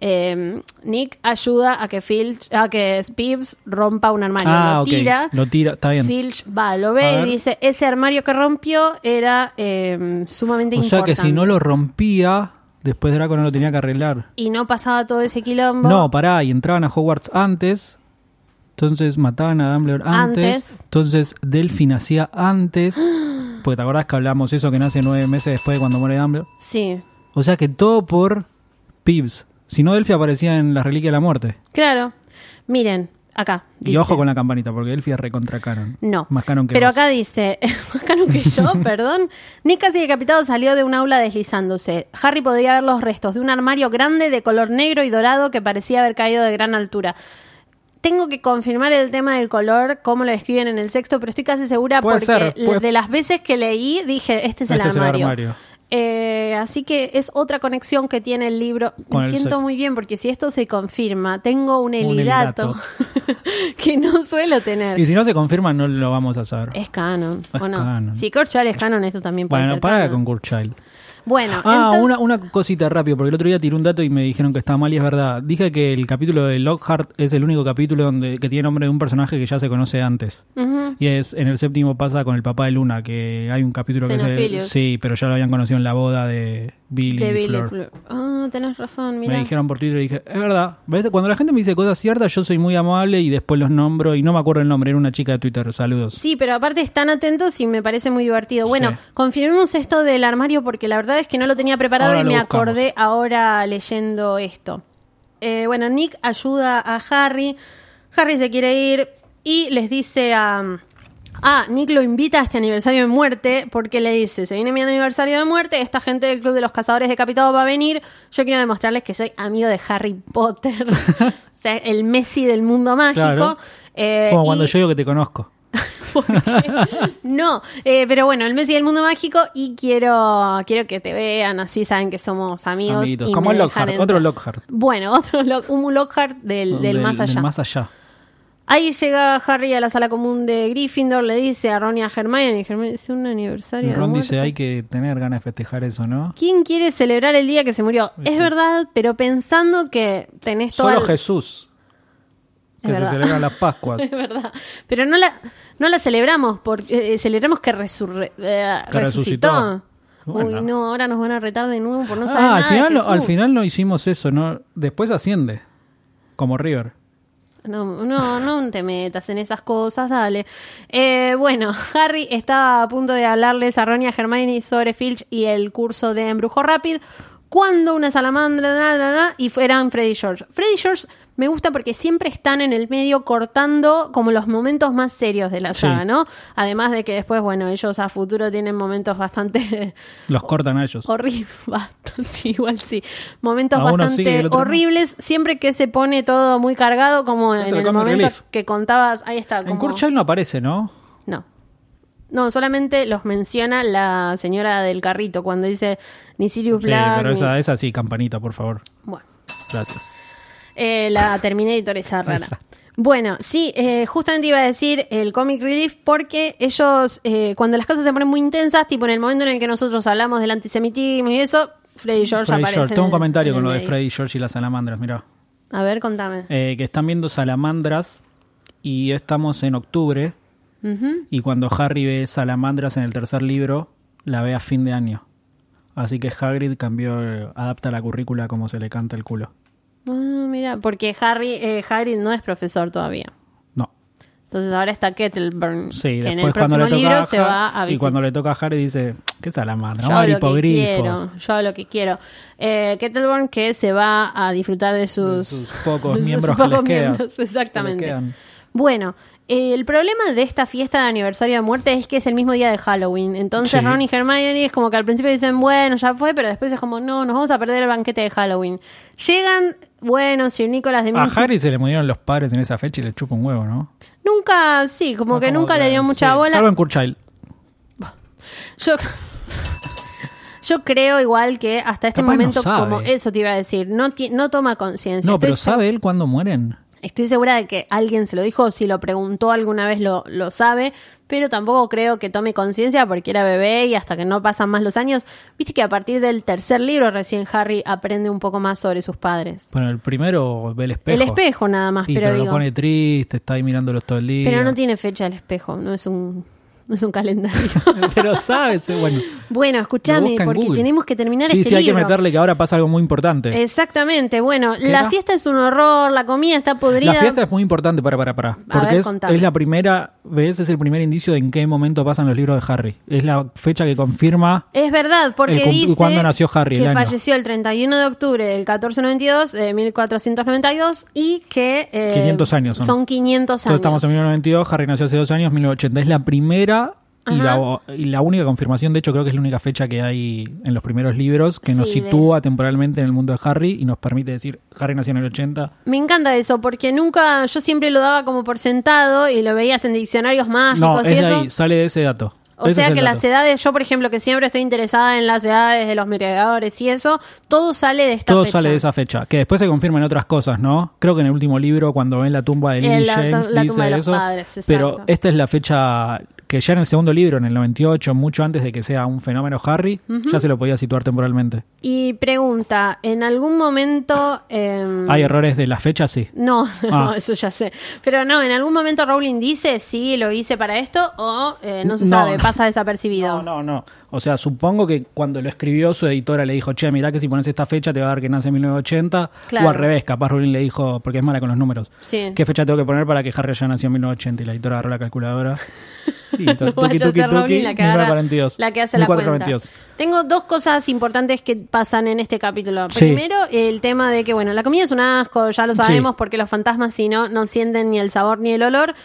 Speaker 1: Eh, Nick ayuda a que Filch, a que Pips rompa un armario.
Speaker 2: Ah,
Speaker 1: lo
Speaker 2: ok.
Speaker 1: tira.
Speaker 2: Lo tira, está bien.
Speaker 1: Filch va, lo
Speaker 2: A
Speaker 1: ve y
Speaker 2: ver.
Speaker 1: dice: Ese armario que rompió era eh, sumamente
Speaker 2: o sea
Speaker 1: importante.
Speaker 2: que si no lo rompía, después Draco no lo tenía que arreglar.
Speaker 1: Y no pasaba todo ese quilombo.
Speaker 2: No, pará, y entraban a Hogwarts antes. Entonces mataban a Dumbledore antes.
Speaker 1: Antes.
Speaker 2: Entonces Delfin hacía antes. Porque te acordás que hablamos eso que nace nueve meses después de cuando muere Dumbledore.
Speaker 1: Sí.
Speaker 2: O sea que todo por Pips. Si no, Delphi aparecía en las Reliquias de la Muerte.
Speaker 1: Claro. Miren, acá.
Speaker 2: Y
Speaker 1: dice.
Speaker 2: ojo con la campanita, porque Delphi es recontra canon.
Speaker 1: No.
Speaker 2: Más canon que
Speaker 1: Pero
Speaker 2: vos.
Speaker 1: acá dice, más caro que yo, perdón. Nick casi decapitado salió de un aula deslizándose. Harry podía ver los restos de un armario grande de color negro y dorado que parecía haber caído de gran altura. Tengo que confirmar el tema del color, cómo lo describen en el sexto, pero estoy casi segura porque
Speaker 2: Puede ser, puede-
Speaker 1: de las veces que leí dije, este es el
Speaker 2: Este es el
Speaker 1: armario.
Speaker 2: armario.
Speaker 1: Eh, así que es otra conexión que tiene el libro.
Speaker 2: Con
Speaker 1: Me
Speaker 2: el
Speaker 1: siento
Speaker 2: sexto.
Speaker 1: muy bien porque si esto se confirma, tengo un helidato,
Speaker 2: helidato.
Speaker 1: que no suelo tener.
Speaker 2: Y si no se confirma, no lo vamos a saber.
Speaker 1: Es canon,
Speaker 2: Es
Speaker 1: ¿o no?
Speaker 2: canon.
Speaker 1: Si Korchal es canon, esto también puede
Speaker 2: bueno,
Speaker 1: ser
Speaker 2: para
Speaker 1: canon.
Speaker 2: con Kurt Child.
Speaker 1: Bueno,
Speaker 2: Ah,
Speaker 1: entonces-
Speaker 2: una, una cosita rápido, porque el otro día tiré un dato y me dijeron que estaba mal y es verdad. Dije que el capítulo de Lockhart es el único capítulo donde que tiene nombre de un personaje que ya se conoce antes.
Speaker 1: Ujú.
Speaker 2: Y es en el séptimo pasa con el papá de Luna, que hay un capítulo que se,
Speaker 1: Xenophilius.
Speaker 2: Sí, pero ya lo habían conocido en la boda de Billy.
Speaker 1: de
Speaker 2: y
Speaker 1: Billy
Speaker 2: Fleur.
Speaker 1: Fleur. Ah, tenés razón,
Speaker 2: Me
Speaker 1: mira.
Speaker 2: dijeron por Twitter y dije, es verdad. ¿Ves? Cuando la gente me dice cosas ciertas, yo soy muy amable y después los nombro y no me acuerdo el nombre. Era una chica de Twitter. Saludos.
Speaker 1: Sí, pero aparte están atentos y me parece muy divertido. Bueno,
Speaker 2: Sí.
Speaker 1: confirmemos esto del armario porque la verdad es que no lo tenía preparado
Speaker 2: Ahora
Speaker 1: y
Speaker 2: lo
Speaker 1: me
Speaker 2: buscamos.
Speaker 1: acordé ahora leyendo esto. Eh, bueno, Nick ayuda a Harry. Harry se quiere ir y les dice a... Ah, Nick lo invita a este aniversario de muerte porque le dice, se viene mi aniversario de muerte, esta gente del Club de los Cazadores Decapitados va a venir, yo quiero demostrarles que soy amigo de Harry Potter, o sea, el Messi del mundo mágico.
Speaker 2: Claro.
Speaker 1: Eh,
Speaker 2: Como
Speaker 1: y-
Speaker 2: cuando yo digo que te conozco.
Speaker 1: no, eh, pero bueno, el Messi del mundo mágico y quiero quiero que te vean, así saben que somos amigos.
Speaker 2: Amiguitos.
Speaker 1: y
Speaker 2: Como
Speaker 1: me dejan
Speaker 2: Lockhart,
Speaker 1: entrar.
Speaker 2: otro Lockhart.
Speaker 1: Bueno, otro Lock- un Lockhart del, del más allá.
Speaker 2: más allá.
Speaker 1: Ahí llega Harry a la sala común de Gryffindor, le dice a Ron y a Hermione, y Hermione dice un aniversario. de
Speaker 2: Ron
Speaker 1: muerte".
Speaker 2: dice, hay que tener ganas de festejar eso, ¿no?
Speaker 1: ¿Quién quiere celebrar el día que se murió? Es verdad, pero pensando que tenés todo
Speaker 2: Solo Jesús, que se
Speaker 1: verdad.
Speaker 2: celebran las Pascuas.
Speaker 1: Es verdad. Pero no la, no la celebramos, porque eh, celebramos que, resurre- eh,
Speaker 2: Que
Speaker 1: resucitó.
Speaker 2: resucitó.
Speaker 1: Uy,
Speaker 2: Bueno.
Speaker 1: no, ahora nos van a retar de nuevo por no saber
Speaker 2: ah, al
Speaker 1: nada de
Speaker 2: final, no- al
Speaker 1: Jesús.
Speaker 2: final no hicimos eso, ¿no? Después asciende, como River.
Speaker 1: No, no, no te metas en esas cosas, dale. Eh, bueno, Harry estaba a punto de hablarles a Ron y a Hermione sobre Filch y el curso de Embrujo Rápido cuando una salamandra na, na, na, y eran Freddy y George. Freddy y George me gusta porque siempre están en el medio cortando como los momentos más serios de la
Speaker 2: Sí.
Speaker 1: saga, ¿no? Además de que después, bueno, ellos a futuro tienen momentos bastante
Speaker 2: Los cortan a ellos.
Speaker 1: horribles, bastante, sí, igual sí, momentos
Speaker 2: A uno sigue y
Speaker 1: bastante
Speaker 2: el otro no.
Speaker 1: horribles, siempre que se pone todo muy cargado, como en
Speaker 2: lo
Speaker 1: el
Speaker 2: come
Speaker 1: momento
Speaker 2: Relief.
Speaker 1: que contabas, ahí está,
Speaker 2: En
Speaker 1: como-
Speaker 2: Kurt Child no aparece, ¿no?
Speaker 1: no. No, solamente los menciona la señora del carrito cuando dice ni Sirius
Speaker 2: Sí,
Speaker 1: Black.
Speaker 2: pero
Speaker 1: ni-
Speaker 2: esa, esa sí, campanita, por favor.
Speaker 1: Bueno.
Speaker 2: Gracias.
Speaker 1: Eh, la Terminator esa rara.
Speaker 2: Esa.
Speaker 1: Bueno, sí, eh, justamente iba a decir el Comic Relief porque ellos, eh, cuando las cosas se ponen muy intensas, tipo en el momento en el que nosotros hablamos del antisemitismo y eso, Freddy y George
Speaker 2: Freddy
Speaker 1: aparecen.
Speaker 2: George.
Speaker 1: en
Speaker 2: Tengo un
Speaker 1: el-
Speaker 2: comentario
Speaker 1: en el
Speaker 2: con lo de
Speaker 1: medio.
Speaker 2: Freddy George y las salamandras, mirá.
Speaker 1: A ver, contame.
Speaker 2: Eh, que están viendo salamandras y estamos en octubre Eh.
Speaker 1: Ujú.
Speaker 2: y cuando Harry ve salamandras en el tercer libro, la ve a fin de año. Así que Hagrid cambió, eh, adapta la currícula como se le canta el culo.
Speaker 1: Ah, mira, porque Harry, eh, Hagrid no es profesor todavía.
Speaker 2: No.
Speaker 1: Entonces ahora está Kettleburn,
Speaker 2: Sí,
Speaker 1: que en el
Speaker 2: después cuando
Speaker 1: próximo
Speaker 2: le toca
Speaker 1: libro
Speaker 2: a
Speaker 1: se va a
Speaker 2: Har- y
Speaker 1: visitar.
Speaker 2: cuando le toca a Harry dice, ¿qué salamandra?
Speaker 1: Yo
Speaker 2: Vamos a
Speaker 1: hago lo que
Speaker 2: hipogrifos".
Speaker 1: quiero, yo hago lo que quiero. Eh, Kettleborn que se va a disfrutar de sus,
Speaker 2: sus pocos
Speaker 1: de sus
Speaker 2: miembros que les
Speaker 1: pocos
Speaker 2: quedan.
Speaker 1: miembros,
Speaker 2: Que les
Speaker 1: exactamente.
Speaker 2: quedan.
Speaker 1: bueno, eh, el problema de esta fiesta de aniversario de muerte es que es el mismo día de Halloween. Entonces
Speaker 2: Sí.
Speaker 1: Ron y Hermione es como que al principio dicen, bueno, ya fue, pero después es como, no, nos vamos a perder el banquete de Halloween. Llegan, bueno, Sir Nicholas de
Speaker 2: A
Speaker 1: Mincy-
Speaker 2: Harry se le murieron los padres en esa fecha y le chupa un huevo, ¿no?
Speaker 1: Nunca, sí, como
Speaker 2: No,
Speaker 1: que nunca le dio mucha
Speaker 2: sí,
Speaker 1: bola.
Speaker 2: Salvo en Kurt Child.
Speaker 1: Yo, yo creo igual que hasta este
Speaker 2: Capaz no
Speaker 1: momento,
Speaker 2: sabe.
Speaker 1: como eso te iba a decir, no, ti- no toma conciencia.
Speaker 2: No,
Speaker 1: Estoy
Speaker 2: pero
Speaker 1: se-
Speaker 2: ¿sabe él cuándo mueren?
Speaker 1: Estoy segura de que alguien se lo dijo, si lo preguntó alguna vez lo, lo sabe, pero tampoco creo que tome conciencia porque era bebé y hasta que no pasan más los años. Viste que a partir del tercer libro recién Harry aprende un poco más sobre sus padres.
Speaker 2: Bueno, el primero ve el espejo.
Speaker 1: El espejo nada más,
Speaker 2: Y
Speaker 1: pero,
Speaker 2: pero lo
Speaker 1: digo.
Speaker 2: pone triste, está ahí mirándolos todo el día.
Speaker 1: Pero no tiene fecha el espejo, no es un, no es un calendario.
Speaker 2: pero sabe, sí, bueno. lo
Speaker 1: bueno, escúchame,
Speaker 2: busca en
Speaker 1: porque
Speaker 2: Google.
Speaker 1: tenemos que terminar
Speaker 2: Sí,
Speaker 1: este
Speaker 2: sí, hay que
Speaker 1: libro. Eh,
Speaker 2: meterle que ahora pasa algo muy importante.
Speaker 1: Exactamente, bueno, la
Speaker 2: era?
Speaker 1: fiesta es un horror, la comida está podrida.
Speaker 2: La fiesta es muy importante, para, para, para. Porque
Speaker 1: ver,
Speaker 2: es,
Speaker 1: contame.
Speaker 2: es la primera vez, es el primer indicio de en qué momento pasan los libros de Harry. Es la fecha que confirma.
Speaker 1: Es verdad, porque
Speaker 2: El cum-
Speaker 1: dice
Speaker 2: ¿cuándo nació Harry?
Speaker 1: que
Speaker 2: El año.
Speaker 1: falleció el 31 de octubre del 1492, eh, 1492, y que... eh,
Speaker 2: 500 años son.
Speaker 1: 500 años.
Speaker 2: Entonces estamos en 1992, Harry nació hace dos años, 1980. Es la primera y la, y la única confirmación, de hecho creo que es la única fecha que hay en los primeros libros que nos
Speaker 1: Sí, de-
Speaker 2: sitúa temporalmente en el mundo de Harry y nos permite decir, Harry nació en el 80.
Speaker 1: Me encanta eso, porque nunca, yo siempre lo daba como por sentado y lo veías en diccionarios mágicos
Speaker 2: No, es
Speaker 1: y
Speaker 2: de
Speaker 1: eso.
Speaker 2: ahí, sale de ese dato.
Speaker 1: O
Speaker 2: Ese
Speaker 1: sea
Speaker 2: es el
Speaker 1: que
Speaker 2: dato.
Speaker 1: las edades, yo por ejemplo que siempre estoy interesada en las edades de los mediadores y eso, todo sale de esta
Speaker 2: Todo
Speaker 1: fecha.
Speaker 2: sale de esa fecha. Que después se confirman otras cosas, ¿no? Creo que en el último libro, cuando ven la tumba de Lily
Speaker 1: En la-
Speaker 2: James,
Speaker 1: la
Speaker 2: dice
Speaker 1: tumba de los
Speaker 2: eso.
Speaker 1: padres, exacto.
Speaker 2: pero esta es la fecha que ya en el segundo libro, en el 98, mucho antes de que sea un fenómeno Harry, ya se lo podía situar temporalmente.
Speaker 1: Y pregunta, ¿en algún momento... em,
Speaker 2: ¿Hay errores de la fecha? Sí.
Speaker 1: No,
Speaker 2: Ah.
Speaker 1: no, eso ya sé. Pero no, ¿en algún momento Rowling dice sí, lo hice para esto o eh, no se
Speaker 2: No.
Speaker 1: sabe, pasa desapercibido?
Speaker 2: No, no, no. O sea, supongo que cuando lo escribió su editora le dijo, che, mirá que si pones esta fecha te va a dar que nace en 1980.
Speaker 1: Claro.
Speaker 2: O al revés, capaz Rowling le dijo, porque es mala con los números,
Speaker 1: Sí.
Speaker 2: ¿qué fecha tengo que poner para que Harry haya nacido en 1980? Y la editora agarró la calculadora. Y hizo
Speaker 1: No
Speaker 2: tuqui,
Speaker 1: vaya a
Speaker 2: tuqui,
Speaker 1: ser Rowling
Speaker 2: tuqui,
Speaker 1: la que agarra-
Speaker 2: 1942.
Speaker 1: la que hace la cuenta.
Speaker 2: 1442.
Speaker 1: Tengo dos cosas importantes que pasan en este capítulo.
Speaker 2: Sí.
Speaker 1: Primero, el tema de que, bueno, la comida es un asco, ya lo sabemos,
Speaker 2: Sí.
Speaker 1: porque los fantasmas, si no, no sienten ni el sabor ni el olor.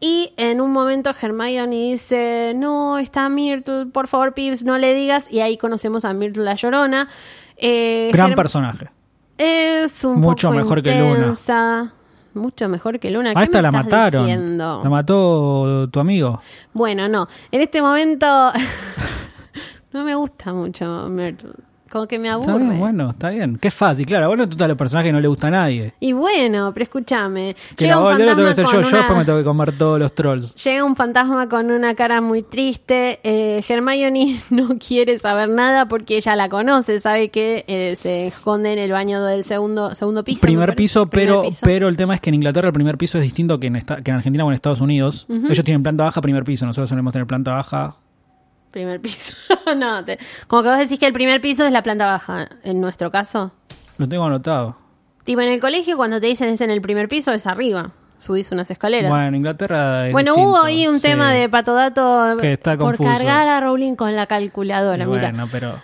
Speaker 1: Y en un momento Hermione dice, no, está Myrtle, por favor, Pips, no le digas. Y ahí conocemos a Myrtle la Llorona. Eh,
Speaker 2: Gran
Speaker 1: Herm-
Speaker 2: personaje.
Speaker 1: Es un
Speaker 2: Mucho
Speaker 1: poco
Speaker 2: mejor que Luna.
Speaker 1: intensa. Mucho mejor que Luna. ¿Qué
Speaker 2: A esta
Speaker 1: me
Speaker 2: la
Speaker 1: estás
Speaker 2: mataron.
Speaker 1: diciendo?
Speaker 2: La mató tu amigo.
Speaker 1: Bueno, no. En este momento no me gusta mucho Myrtle. Como que me
Speaker 2: Está
Speaker 1: aburre.
Speaker 2: bien, bueno, está bien. Qué fácil, claro. Bueno, total, el personaje no le gusta a nadie.
Speaker 1: Y bueno, pero escúchame.
Speaker 2: Que
Speaker 1: Llega
Speaker 2: la
Speaker 1: un,
Speaker 2: voz tengo
Speaker 1: fantasma
Speaker 2: que ser
Speaker 1: con
Speaker 2: yo. Yo
Speaker 1: una,
Speaker 2: después me tengo que comer todos los trolls.
Speaker 1: llega un fantasma con una cara muy triste. Eh, Hermione no quiere saber nada porque ella la conoce. Sabe que eh, se esconde en el baño del segundo, segundo piso. me
Speaker 2: primer
Speaker 1: parece.
Speaker 2: piso,
Speaker 1: Primer
Speaker 2: pero,
Speaker 1: piso.
Speaker 2: pero el tema es que en Inglaterra el primer piso es distinto que en, esta- que en Argentina o en Estados Unidos. Ellos tienen planta baja, primer piso. Nosotros solemos tener planta baja.
Speaker 1: Primer piso. no, te- como que vos decís que el primer piso es la planta baja. En nuestro caso.
Speaker 2: Lo tengo anotado.
Speaker 1: Tipo, en el colegio cuando te dicen es en el primer piso, es arriba. Subís unas escaleras.
Speaker 2: Bueno, en Inglaterra. es
Speaker 1: Bueno,
Speaker 2: distinto,
Speaker 1: hubo ahí un
Speaker 2: sí.
Speaker 1: tema de patodato
Speaker 2: Que está
Speaker 1: por
Speaker 2: confuso.
Speaker 1: cargar a Rowling con la calculadora.
Speaker 2: Y
Speaker 1: Mira,
Speaker 2: Bueno, pero.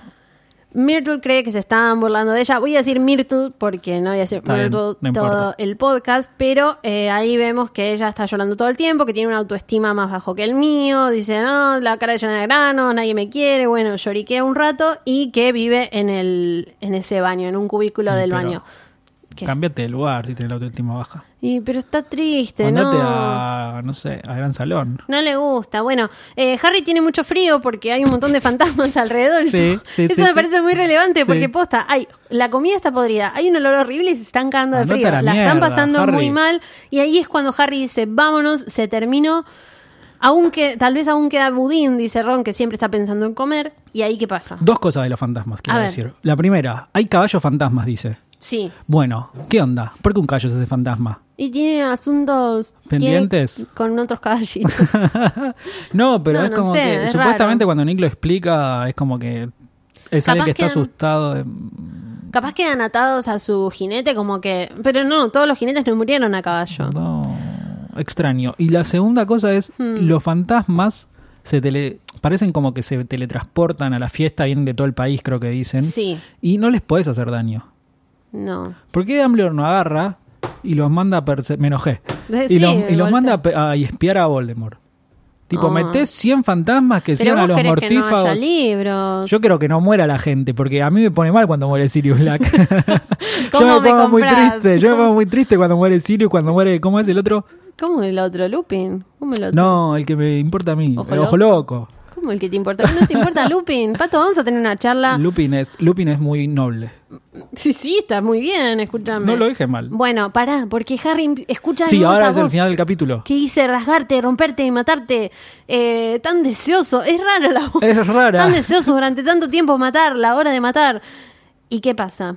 Speaker 1: Myrtle cree que se estaban burlando de ella. Voy a decir Myrtle porque no voy a decir
Speaker 2: Está bien,
Speaker 1: Myrtle
Speaker 2: no importa.
Speaker 1: todo el podcast, pero eh, ahí vemos que ella está llorando todo el tiempo, que tiene una autoestima más bajo que el mío. Dice, no, la cara llena de granos, nadie me quiere. Bueno, lloriquea un rato y que vive en, el, en ese baño, en un cubículo
Speaker 2: Sí,
Speaker 1: del
Speaker 2: pero-
Speaker 1: baño. ¿Qué?
Speaker 2: Cámbiate de lugar si tenés la autoestima baja.
Speaker 1: Y, pero está triste,
Speaker 2: Mandate
Speaker 1: Este, ¿no?
Speaker 2: a. No sé, a Gran Salón.
Speaker 1: No le gusta. Bueno, eh, Harry tiene mucho frío porque hay un montón de fantasmas alrededor. Eso-
Speaker 2: Sí, sí,
Speaker 1: Eso
Speaker 2: sí,
Speaker 1: me
Speaker 2: sí.
Speaker 1: parece muy relevante
Speaker 2: Sí.
Speaker 1: porque posta, hay, la comida está podrida, hay un olor horrible y se están cagando de
Speaker 2: Andate
Speaker 1: frío.
Speaker 2: a la
Speaker 1: están
Speaker 2: mierda,
Speaker 1: pasando muy
Speaker 2: Harry.
Speaker 1: mal. Y ahí es cuando Harry dice, vámonos, se terminó. Aunque, tal vez aún queda budín, dice Ron, que siempre está pensando en comer. ¿Y ahí qué pasa?
Speaker 2: Dos cosas de los fantasmas, quiero
Speaker 1: A ver.
Speaker 2: decir. La primera, hay caballos fantasmas, dice.
Speaker 1: Sí.
Speaker 2: Bueno, ¿qué onda? ¿Por qué un caballo se hace fantasma?
Speaker 1: Y tiene asuntos tiene-
Speaker 2: ¿Pendientes?
Speaker 1: con otros caballitos.
Speaker 2: no, pero
Speaker 1: No,
Speaker 2: es
Speaker 1: no
Speaker 2: como
Speaker 1: sé,
Speaker 2: que
Speaker 1: es
Speaker 2: supuestamente
Speaker 1: raro.
Speaker 2: cuando Nick lo explica es como que es
Speaker 1: Capaz
Speaker 2: alguien que está
Speaker 1: que-
Speaker 2: asustado. de-
Speaker 1: Capaz quedan atados a su jinete, como que. Pero no, todos los jinetes no murieron a caballo.
Speaker 2: No, extraño. Y la segunda cosa es
Speaker 1: Hmm.
Speaker 2: los fantasmas se tele- parecen como que se teletransportan a la fiesta, vienen de todo el país, creo que dicen,
Speaker 1: Sí,
Speaker 2: y no les podés hacer daño.
Speaker 1: no.
Speaker 2: ¿Por qué Dumbledore no agarra y los manda a perse- me enojé
Speaker 1: Eh,
Speaker 2: y,
Speaker 1: sí,
Speaker 2: los, y
Speaker 1: de
Speaker 2: los
Speaker 1: golpe.
Speaker 2: manda a, pe- a espiar a Voldemort? Tipo,
Speaker 1: Ah.
Speaker 2: metés 100 fantasmas que
Speaker 1: Pero
Speaker 2: sigan
Speaker 1: vos
Speaker 2: a los
Speaker 1: querés que no haya
Speaker 2: mortífagos.
Speaker 1: libros.
Speaker 2: Yo creo que no muera la gente, porque a mí me pone mal cuando muere Sirius Black. yo
Speaker 1: ¿Cómo
Speaker 2: me
Speaker 1: me
Speaker 2: pongo muy
Speaker 1: compras?
Speaker 2: triste, yo me pongo muy triste cuando muere Sirius, cuando muere, ¿cómo es el otro?
Speaker 1: ¿Cómo el otro, Lupin? ¿Cómo el otro?
Speaker 2: No, el que me importa a mí,
Speaker 1: Ojo
Speaker 2: el
Speaker 1: loco.
Speaker 2: ojo loco.
Speaker 1: ¿Cómo el que te importa? ¿No te importa Lupin? Pato, vamos a tener una charla.
Speaker 2: Lupin es, Lupin es muy noble.
Speaker 1: sí, sí, está muy bien, escúchame.
Speaker 2: No lo dije mal.
Speaker 1: Bueno, pará, porque Harry imp- escucha de
Speaker 2: Sí,
Speaker 1: nuevo
Speaker 2: ahora
Speaker 1: esa
Speaker 2: es el
Speaker 1: voz
Speaker 2: final del capítulo.
Speaker 1: Que hice rasgarte, romperte y matarte. Eh, tan deseoso. Es raro la voz.
Speaker 2: Es rara.
Speaker 1: Tan deseoso durante tanto tiempo matar, la hora de matar. ¿Y qué pasa?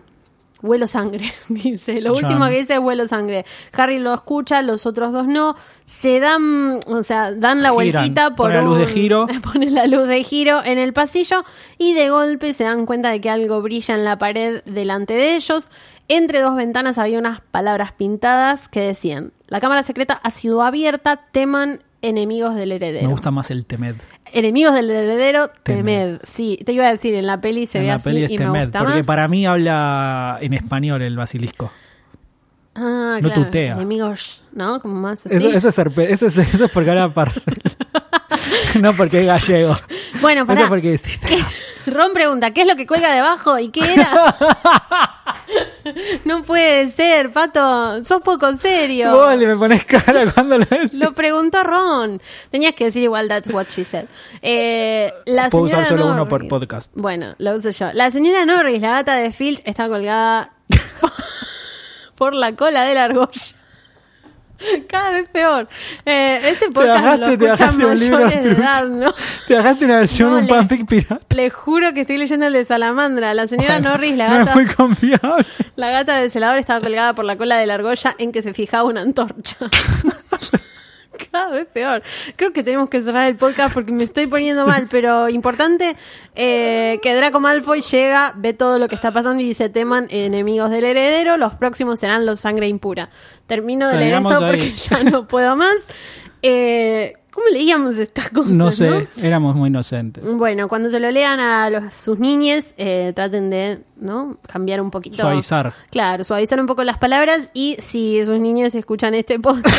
Speaker 1: Huelo sangre, dice. Lo
Speaker 2: Chan.
Speaker 1: último que dice es huelo sangre. Harry lo escucha, los otros dos no. Se dan, o sea, dan la
Speaker 2: Giran.
Speaker 1: vueltita por
Speaker 2: Pone la luz de
Speaker 1: un-
Speaker 2: giro.
Speaker 1: Pone la luz de giro en el pasillo y de golpe se dan cuenta de que algo brilla en la pared delante de ellos. Entre dos ventanas había unas palabras pintadas que decían: La cámara secreta ha sido abierta, teman enemigos del heredero.
Speaker 2: Me gusta más el Temed.
Speaker 1: Enemigos del heredero, temed.
Speaker 2: Temed.
Speaker 1: Sí, te iba a decir, en la peli se
Speaker 2: En
Speaker 1: ve
Speaker 2: la
Speaker 1: así
Speaker 2: peli es
Speaker 1: y me
Speaker 2: Temed,
Speaker 1: gusta
Speaker 2: porque
Speaker 1: más.
Speaker 2: para mí habla en español el basilisco.
Speaker 1: Ah,
Speaker 2: no
Speaker 1: claro,
Speaker 2: tutea.
Speaker 1: Enemigos, ¿no? Como más así.
Speaker 2: Eso, eso es, serpe- eso, es, eso es porque habla parcel. no porque es gallego.
Speaker 1: Bueno,
Speaker 2: Eso
Speaker 1: pará.
Speaker 2: es porque hiciste.
Speaker 1: ¿Qué? Ron pregunta, ¿qué es lo que cuelga debajo y qué era? No puede ser, Pato. Sos poco serio.
Speaker 2: Vos le me pones cara cuando lo decís.
Speaker 1: Lo preguntó Ron. Tenías que decir igual, that's what she said. Eh, la
Speaker 2: Puedo usar
Speaker 1: señora
Speaker 2: solo uno por
Speaker 1: Norris.
Speaker 2: podcast.
Speaker 1: Bueno, lo uso yo. La señora Norris, la gata de Filch, está colgada por la cola de la argolla. Cada vez peor. Eh, este podcast lo escuchan mayores de
Speaker 2: trucho.
Speaker 1: edad, ¿no?
Speaker 2: Te bajaste una versión,
Speaker 1: No,
Speaker 2: un
Speaker 1: le-
Speaker 2: fanfic pirata.
Speaker 1: Les juro que estoy leyendo el de Salamandra. La señora
Speaker 2: Bueno,
Speaker 1: Norris, la
Speaker 2: No
Speaker 1: gata
Speaker 2: es muy confiable.
Speaker 1: La gata del celador estaba colgada por la cola de la argolla en que se fijaba una antorcha. Cada vez peor. Creo que tenemos que cerrar el podcast porque me estoy poniendo mal, pero importante eh, que Draco Malfoy llega, ve todo lo que está pasando y se teman enemigos del heredero. Los próximos serán los sangre impura. Termino de leer
Speaker 2: Terminamos
Speaker 1: esto
Speaker 2: ahí.
Speaker 1: porque ya no puedo más. Eh, ¿Cómo leíamos estas cosas?
Speaker 2: No sé,
Speaker 1: no?
Speaker 2: éramos muy inocentes.
Speaker 1: Bueno, cuando se lo lean a los- sus niñes, eh, traten de ¿no? cambiar un poquito.
Speaker 2: Suavizar.
Speaker 1: Claro, suavizar un poco las palabras. Y si sus niños escuchan este podcast,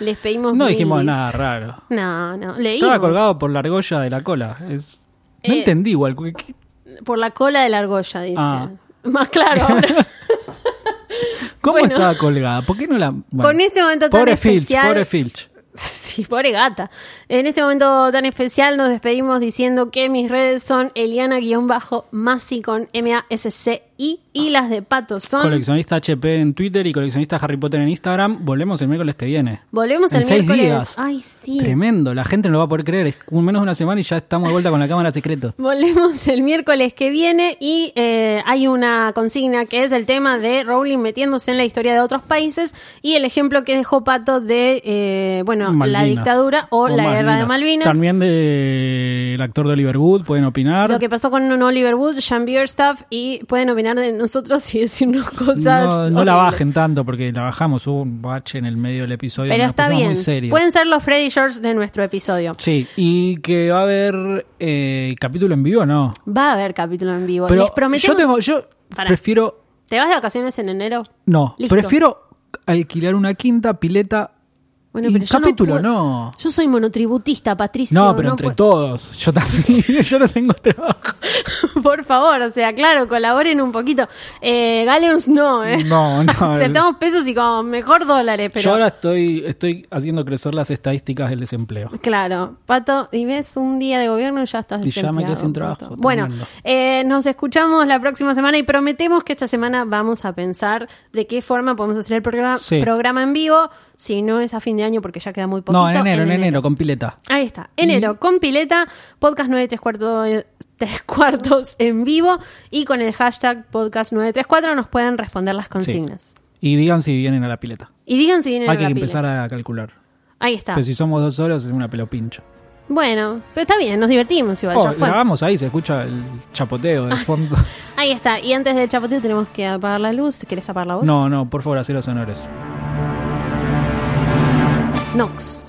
Speaker 1: les pedimos.
Speaker 2: No dijimos
Speaker 1: milis.
Speaker 2: nada raro.
Speaker 1: No, no. Leímos
Speaker 2: Estaba colgado por la argolla de la cola. Es- No
Speaker 1: Eh,
Speaker 2: entendí igual. ¿qué- qué-
Speaker 1: por la cola de la argolla, dice.
Speaker 2: Ah.
Speaker 1: Más claro ahora.
Speaker 2: ¿Cómo
Speaker 1: bueno.
Speaker 2: estaba colgada? ¿Por qué no la.? bueno.
Speaker 1: Con este momento tan
Speaker 2: pobre
Speaker 1: especial-
Speaker 2: Filch, pobre Filch.
Speaker 1: Sí, pobre gata. En este momento tan especial nos despedimos diciendo que mis redes son Eliana-Masi con M-A-S-C-I y las de Pato son...
Speaker 2: Coleccionista HP en Twitter y coleccionista Harry Potter en Instagram. Volvemos el miércoles que viene.
Speaker 1: Volvemos
Speaker 2: En
Speaker 1: el
Speaker 2: seis
Speaker 1: miércoles.
Speaker 2: días.
Speaker 1: Ay, sí.
Speaker 2: Tremendo, la gente no lo va a poder creer. Es un- menos de una semana y ya estamos de vuelta con la cámara secreto.
Speaker 1: Volvemos el miércoles que viene y eh, hay una consigna que es el tema de Rowling metiéndose en la historia de otros países y el ejemplo que dejó Pato de, eh, bueno, la
Speaker 2: Malvinas.
Speaker 1: dictadura o, la guerra de Malvinas.
Speaker 2: También del actor de Oliver Wood, pueden opinar.
Speaker 1: Lo que pasó con un Oliver Wood, Sean Bierstaff y pueden opinar de nosotros y decirnos cosas.
Speaker 2: no, no la
Speaker 1: horribles.
Speaker 2: bajen tanto porque la bajamos, hubo un bache en el medio del episodio.
Speaker 1: Pero
Speaker 2: nos
Speaker 1: está
Speaker 2: pusimos
Speaker 1: bien.
Speaker 2: muy serios.
Speaker 1: Pueden ser los Freddy George de nuestro episodio.
Speaker 2: Sí, y que va a haber eh, capítulo en vivo, ¿no?
Speaker 1: Va a haber capítulo en vivo.
Speaker 2: Pero
Speaker 1: Les prometemos.
Speaker 2: yo tengo, yo
Speaker 1: Pará.
Speaker 2: prefiero,
Speaker 1: ¿Te vas de vacaciones en enero?
Speaker 2: no,
Speaker 1: Listo.
Speaker 2: prefiero alquilar una quinta pileta y
Speaker 1: pero yo
Speaker 2: capítulo,
Speaker 1: puedo-
Speaker 2: no.
Speaker 1: Yo soy monotributista, Patricio.
Speaker 2: No, pero entre
Speaker 1: puedo-
Speaker 2: todos. Yo también. yo no tengo trabajo.
Speaker 1: Por favor, o sea, claro, colaboren un poquito. Eh, Galeons no, ¿eh?
Speaker 2: No, no.
Speaker 1: Aceptamos pesos y como mejor dólares, pero.
Speaker 2: Yo ahora estoy, estoy haciendo crecer las estadísticas del desempleo.
Speaker 1: Claro, Pato, y ves un día de gobierno y ya estás
Speaker 2: Y ya me
Speaker 1: desempleado,
Speaker 2: quedé sin
Speaker 1: Pato.
Speaker 2: trabajo,
Speaker 1: Bueno,
Speaker 2: tremendo.
Speaker 1: eh, nos escuchamos la próxima semana y prometemos que esta semana vamos a pensar de qué forma podemos hacer el programa,
Speaker 2: Sí.
Speaker 1: programa en vivo, si no es a fin de año porque ya queda muy poquito.
Speaker 2: No, en enero, en enero, con pileta.
Speaker 1: Ahí está, enero con pileta, podcast 934 eh, tres cuartos en vivo y con el hashtag podcast 934 nos pueden responder las consignas.
Speaker 2: Y digan si vienen a la pileta.
Speaker 1: Y digan si vienen
Speaker 2: Hay
Speaker 1: a
Speaker 2: que
Speaker 1: la pila.
Speaker 2: empezar a calcular.
Speaker 1: Ahí está.
Speaker 2: Pero si somos dos solos es una pelopincha.
Speaker 1: Bueno, pero está bien, nos divertimos igual. Pues ya
Speaker 2: Oh,
Speaker 1: fue.
Speaker 2: grabamos ahí, se escucha el chapoteo de fondo.
Speaker 1: Ahí está. Y antes del chapoteo tenemos que apagar la luz. ¿Querés apagar la voz?
Speaker 2: no, no, por favor, hacer los honores.
Speaker 1: Nox.